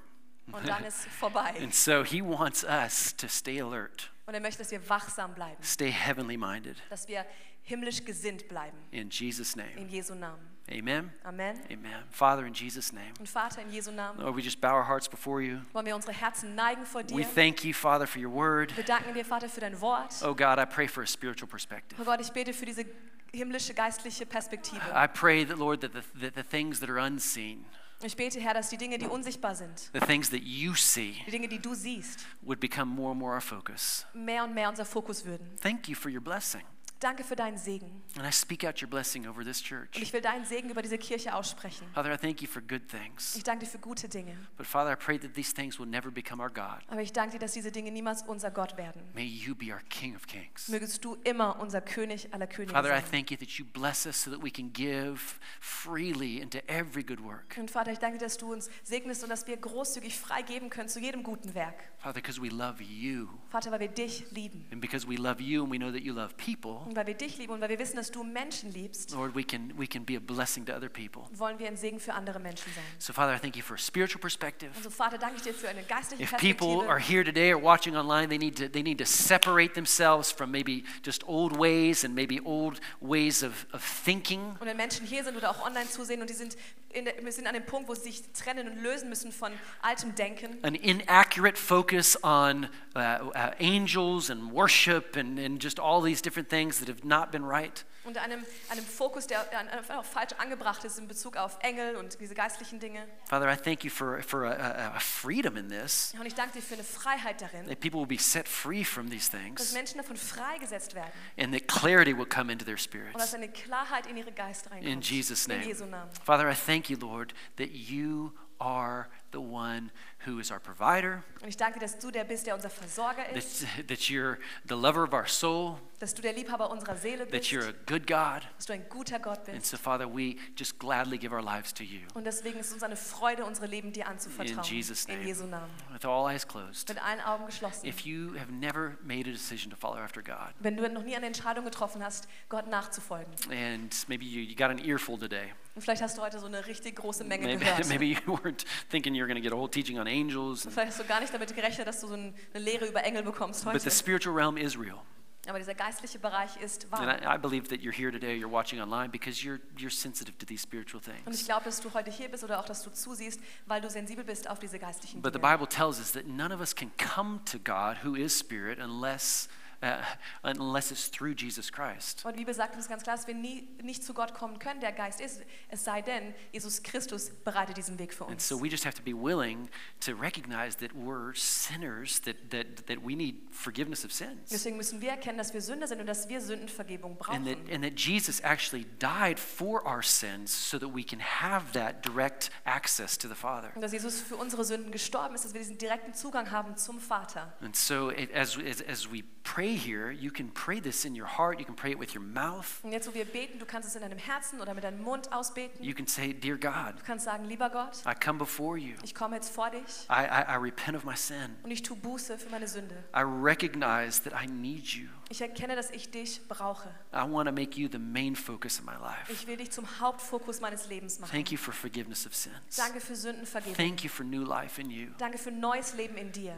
[SPEAKER 2] und dann ist vorbei.
[SPEAKER 1] And so he wants us to stay alert,
[SPEAKER 2] Und er möchte, dass wir wachsam bleiben,
[SPEAKER 1] stay heavenly minded
[SPEAKER 2] dass wir himmlisch gesinnt bleiben.
[SPEAKER 1] in Jesus name.
[SPEAKER 2] In Jesu Namen.
[SPEAKER 1] Amen.
[SPEAKER 2] Amen.
[SPEAKER 1] Amen. Father in Jesus name.
[SPEAKER 2] Und Vater, in Jesu Namen
[SPEAKER 1] Lord, we just bow our hearts before you.
[SPEAKER 2] wollen wir unsere Herzen neigen vor
[SPEAKER 1] We
[SPEAKER 2] dir.
[SPEAKER 1] thank you, Father, for your word.
[SPEAKER 2] Wir danken dir, Vater, für dein Wort.
[SPEAKER 1] Oh God, I pray for a spiritual perspective.
[SPEAKER 2] Oh Gott, ich bete für diese himmlische, geistliche Perspektive.
[SPEAKER 1] I pray that, Lord, that the, that the things that are unseen,
[SPEAKER 2] Ich bete, Herr, dass die Dinge, die unsichtbar sind,
[SPEAKER 1] the things that you see,
[SPEAKER 2] die Dinge, die du siehst,
[SPEAKER 1] would become more and more our focus.
[SPEAKER 2] mehr und mehr unser Fokus würden.
[SPEAKER 1] Thank you for your blessing.
[SPEAKER 2] Danke für deinen Segen.
[SPEAKER 1] And I speak out your blessing over this
[SPEAKER 2] Und
[SPEAKER 1] church.
[SPEAKER 2] ich will deinen Segen über diese Kirche aussprechen.
[SPEAKER 1] Father, I thank you for good things.
[SPEAKER 2] Ich danke dir für gute Dinge.
[SPEAKER 1] But Father, I pray that these things will never become our God.
[SPEAKER 2] Aber ich danke dir, dass diese Dinge niemals unser Gott werden.
[SPEAKER 1] May you be our King of Kings.
[SPEAKER 2] Mögest du immer unser König aller Könige
[SPEAKER 1] Father, I
[SPEAKER 2] sein.
[SPEAKER 1] thank you that you bless us so that we can give freely into every good work.
[SPEAKER 2] Und Vater, ich danke dir, dass du uns segnest und dass wir großzügig freigeben können zu jedem guten Werk.
[SPEAKER 1] Father, because we love you.
[SPEAKER 2] Vater, weil wir dich lieben.
[SPEAKER 1] And because we love you and we know that you love people,
[SPEAKER 2] Und weil wir dich lieben und weil wir wissen, dass du Menschen liebst,
[SPEAKER 1] Lord, we can, we can be a blessing to other people.
[SPEAKER 2] wollen wir ein Segen für andere Menschen sein.
[SPEAKER 1] So, Father, I thank you for a spiritual perspective.
[SPEAKER 2] Also Vater, danke ich dir für eine geistliche
[SPEAKER 1] If people are
[SPEAKER 2] Perspektive.
[SPEAKER 1] here today or watching online, they need to, they need to separate themselves from maybe just old ways and maybe old ways of, of thinking.
[SPEAKER 2] Und wenn Menschen hier sind oder auch online zusehen und die sind, in der, wir sind an dem Punkt, wo sie sich trennen und lösen müssen von altem Denken.
[SPEAKER 1] an inaccurate focus on uh, uh, angels and worship and, and just all these different things that have not been right.
[SPEAKER 2] Und einem, einem Fokus, der der einfach auch falsch angebracht ist in Bezug auf Engel und diese geistlichen Dinge.
[SPEAKER 1] Father, I thank you for, for a, a- a freedom in this,
[SPEAKER 2] Und ich danke dir für eine Freiheit darin,
[SPEAKER 1] that people will be set free from these
[SPEAKER 2] dass
[SPEAKER 1] things
[SPEAKER 2] Menschen davon freigesetzt werden
[SPEAKER 1] and that clarity will come into their
[SPEAKER 2] und dass
[SPEAKER 1] spirits.
[SPEAKER 2] eine Klarheit in ihre Geist reinkommt.
[SPEAKER 1] In Jesus'
[SPEAKER 2] In
[SPEAKER 1] name.
[SPEAKER 2] Jesu Namen.
[SPEAKER 1] Father, I thank you, Lord, that you are the one who is our provider,
[SPEAKER 2] Und ich danke dir, dass du der bist, der unser Versorger ist,
[SPEAKER 1] that, that you're the lover of our soul,
[SPEAKER 2] dass du der Liebhaber unserer Seele
[SPEAKER 1] that
[SPEAKER 2] bist,
[SPEAKER 1] you're a good God.
[SPEAKER 2] dass du ein guter Gott
[SPEAKER 1] And
[SPEAKER 2] bist.
[SPEAKER 1] so, Father, we just gladly give our lives to you.
[SPEAKER 2] Und deswegen ist es uns eine Freude, unsere Leben dir anzuvertrauen.
[SPEAKER 1] In Jesus'
[SPEAKER 2] In
[SPEAKER 1] name. um,
[SPEAKER 2] Jesu Namen.
[SPEAKER 1] With all eyes closed.
[SPEAKER 2] Mit allen Augen geschlossen.
[SPEAKER 1] If you have never made a decision to follow after God,
[SPEAKER 2] Wenn du noch nie eine Entscheidung getroffen hast, Gott nachzufolgen.
[SPEAKER 1] and maybe you, you got an earful today,
[SPEAKER 2] Und vielleicht hast du heute so eine richtig große Menge
[SPEAKER 1] maybe,
[SPEAKER 2] gehört.
[SPEAKER 1] maybe you weren't thinking you were going to get a whole teaching on angels,
[SPEAKER 2] Vielleicht hast du gar nicht damit gerechnet, dass du so ein- eine Lehre über Engel bekommst
[SPEAKER 1] but
[SPEAKER 2] heute.
[SPEAKER 1] the spiritual realm is real.
[SPEAKER 2] Aber dieser geistliche Bereich ist
[SPEAKER 1] And
[SPEAKER 2] wahr.
[SPEAKER 1] I, I believe that you're here today, you're watching online because you're, you're sensitive to these spiritual
[SPEAKER 2] Und ich
[SPEAKER 1] things.
[SPEAKER 2] glaube, dass du heute hier bist oder auch, dass du zusiehst, weil du sensibel bist auf diese geistlichen
[SPEAKER 1] But the
[SPEAKER 2] Dinge.
[SPEAKER 1] Bible tells us that none of us can come to God who is spirit unless, uh, unless it's through Jesus Christ.
[SPEAKER 2] Und die Bibel sagt uns ganz klar, dass wir nie, nicht zu Gott kommen können, der Geist ist, es sei denn, Jesus Christus bereitet diesen Weg für
[SPEAKER 1] And
[SPEAKER 2] uns.
[SPEAKER 1] so we just have to be willing to recognize that we're sinners, that, that, that we need forgiveness of sins.
[SPEAKER 2] Deswegen müssen wir erkennen, dass wir Sünder sind und dass wir Sündenvergebung
[SPEAKER 1] And that,
[SPEAKER 2] brauchen.
[SPEAKER 1] and that Jesus actually died for our sins so that we can have that direct access to the Father.
[SPEAKER 2] Und dass Jesus für unsere Sünden gestorben ist, dass wir diesen direkten Zugang haben zum Vater.
[SPEAKER 1] And so it, as, as, as we pray here, you can pray this in your heart, you can pray it with your mouth.
[SPEAKER 2] Und jetzt, wo wir beten, du kannst es in deinem Herzen oder mit deinem Mund ausbeten.
[SPEAKER 1] You can say, Dear God,
[SPEAKER 2] Du kannst sagen, lieber Gott,
[SPEAKER 1] I come before you.
[SPEAKER 2] ich komme jetzt vor dich
[SPEAKER 1] I, I, I repent of my sin.
[SPEAKER 2] und ich tue Buße für meine Sünde.
[SPEAKER 1] I recognize that I need you.
[SPEAKER 2] Ich erkenne, dass ich dich brauche.
[SPEAKER 1] I want to make you the main focus of my life.
[SPEAKER 2] Ich will dich zum Hauptfokus meines Lebens machen.
[SPEAKER 1] Thank you for forgiveness of sins.
[SPEAKER 2] Danke für Sündenvergebung.
[SPEAKER 1] Thank you for new life in you.
[SPEAKER 2] Danke für neues Leben in dir.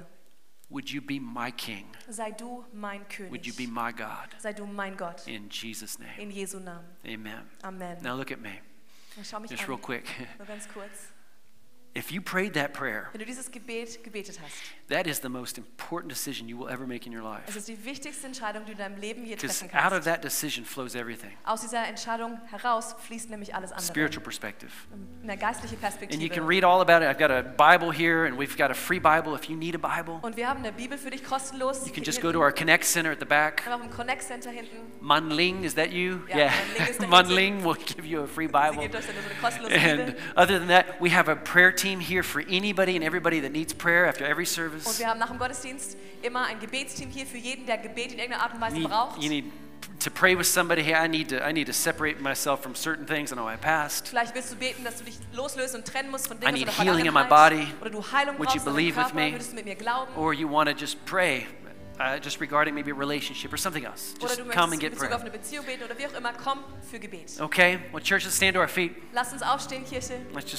[SPEAKER 1] Would you be my king?
[SPEAKER 2] Sei du mein
[SPEAKER 1] Would you be
[SPEAKER 2] König.
[SPEAKER 1] my God?
[SPEAKER 2] Sei du mein Gott.
[SPEAKER 1] In Jesus' name.
[SPEAKER 2] In Jesu Namen.
[SPEAKER 1] Amen.
[SPEAKER 2] Amen.
[SPEAKER 1] Now look at me,
[SPEAKER 2] Und Schau mich
[SPEAKER 1] just real
[SPEAKER 2] an.
[SPEAKER 1] quick.
[SPEAKER 2] Nur ganz kurz.
[SPEAKER 1] If you prayed that prayer,
[SPEAKER 2] Wenn du dieses Gebet gebetet hast,
[SPEAKER 1] that is the most important decision you will ever make in your
[SPEAKER 2] es
[SPEAKER 1] life.
[SPEAKER 2] ist die wichtigste Entscheidung, die du in deinem Leben je
[SPEAKER 1] Because
[SPEAKER 2] treffen
[SPEAKER 1] out of
[SPEAKER 2] kannst.
[SPEAKER 1] that decision flows everything
[SPEAKER 2] Aus dieser Entscheidung heraus fließt nämlich alles andere.
[SPEAKER 1] spiritual perspective.
[SPEAKER 2] Eine geistliche
[SPEAKER 1] And you can
[SPEAKER 2] Perspektive.
[SPEAKER 1] read all about it. I've got a Bible here, and we've got a free Bible if you need a Bible.
[SPEAKER 2] Und wir haben eine Bibel für dich kostenlos.
[SPEAKER 1] You can just go to our Connect Center at the back.
[SPEAKER 2] Einfach im Connect Center hinten.
[SPEAKER 1] Manling, is that you?
[SPEAKER 2] Yeah, Manling is the
[SPEAKER 1] Manling will give you a free
[SPEAKER 2] Sie
[SPEAKER 1] Bible.
[SPEAKER 2] gibt euch dann so eine kostenlose
[SPEAKER 1] And
[SPEAKER 2] Bibel.
[SPEAKER 1] other than that, we have a prayer team here for anybody and everybody that needs prayer after every
[SPEAKER 2] Und
[SPEAKER 1] service.
[SPEAKER 2] wir haben nach dem Gottesdienst immer ein Gebetsteam hier für jeden, der Gebet in irgendeiner Art und Weise
[SPEAKER 1] Need-
[SPEAKER 2] braucht.
[SPEAKER 1] you need to pray with somebody. Hey, I need to I need to separate myself from certain things. I know my past.
[SPEAKER 2] Vielleicht willst du beten, dass du dich loslösen und trennen musst von
[SPEAKER 1] I
[SPEAKER 2] Dingen
[SPEAKER 1] need
[SPEAKER 2] oder von
[SPEAKER 1] healing in my
[SPEAKER 2] Vergangenheit.
[SPEAKER 1] body.
[SPEAKER 2] Oder du Heilung
[SPEAKER 1] Would you
[SPEAKER 2] brauchst in deinem
[SPEAKER 1] believe with
[SPEAKER 2] Körper.
[SPEAKER 1] me?
[SPEAKER 2] Würdest du mit mir glauben?
[SPEAKER 1] Or you want to just pray, uh, just regarding maybe a relationship or something else.
[SPEAKER 2] Oder du
[SPEAKER 1] Just come and
[SPEAKER 2] möchtest in
[SPEAKER 1] get
[SPEAKER 2] Bezug auf
[SPEAKER 1] prayer.
[SPEAKER 2] eine
[SPEAKER 1] Oh.
[SPEAKER 2] Beziehung beten oder wie auch immer. Komm für Gebet.
[SPEAKER 1] Okay. Well, church, let's stand to our feet.
[SPEAKER 2] Lass uns aufstehen, Kirche.
[SPEAKER 1] Let's just.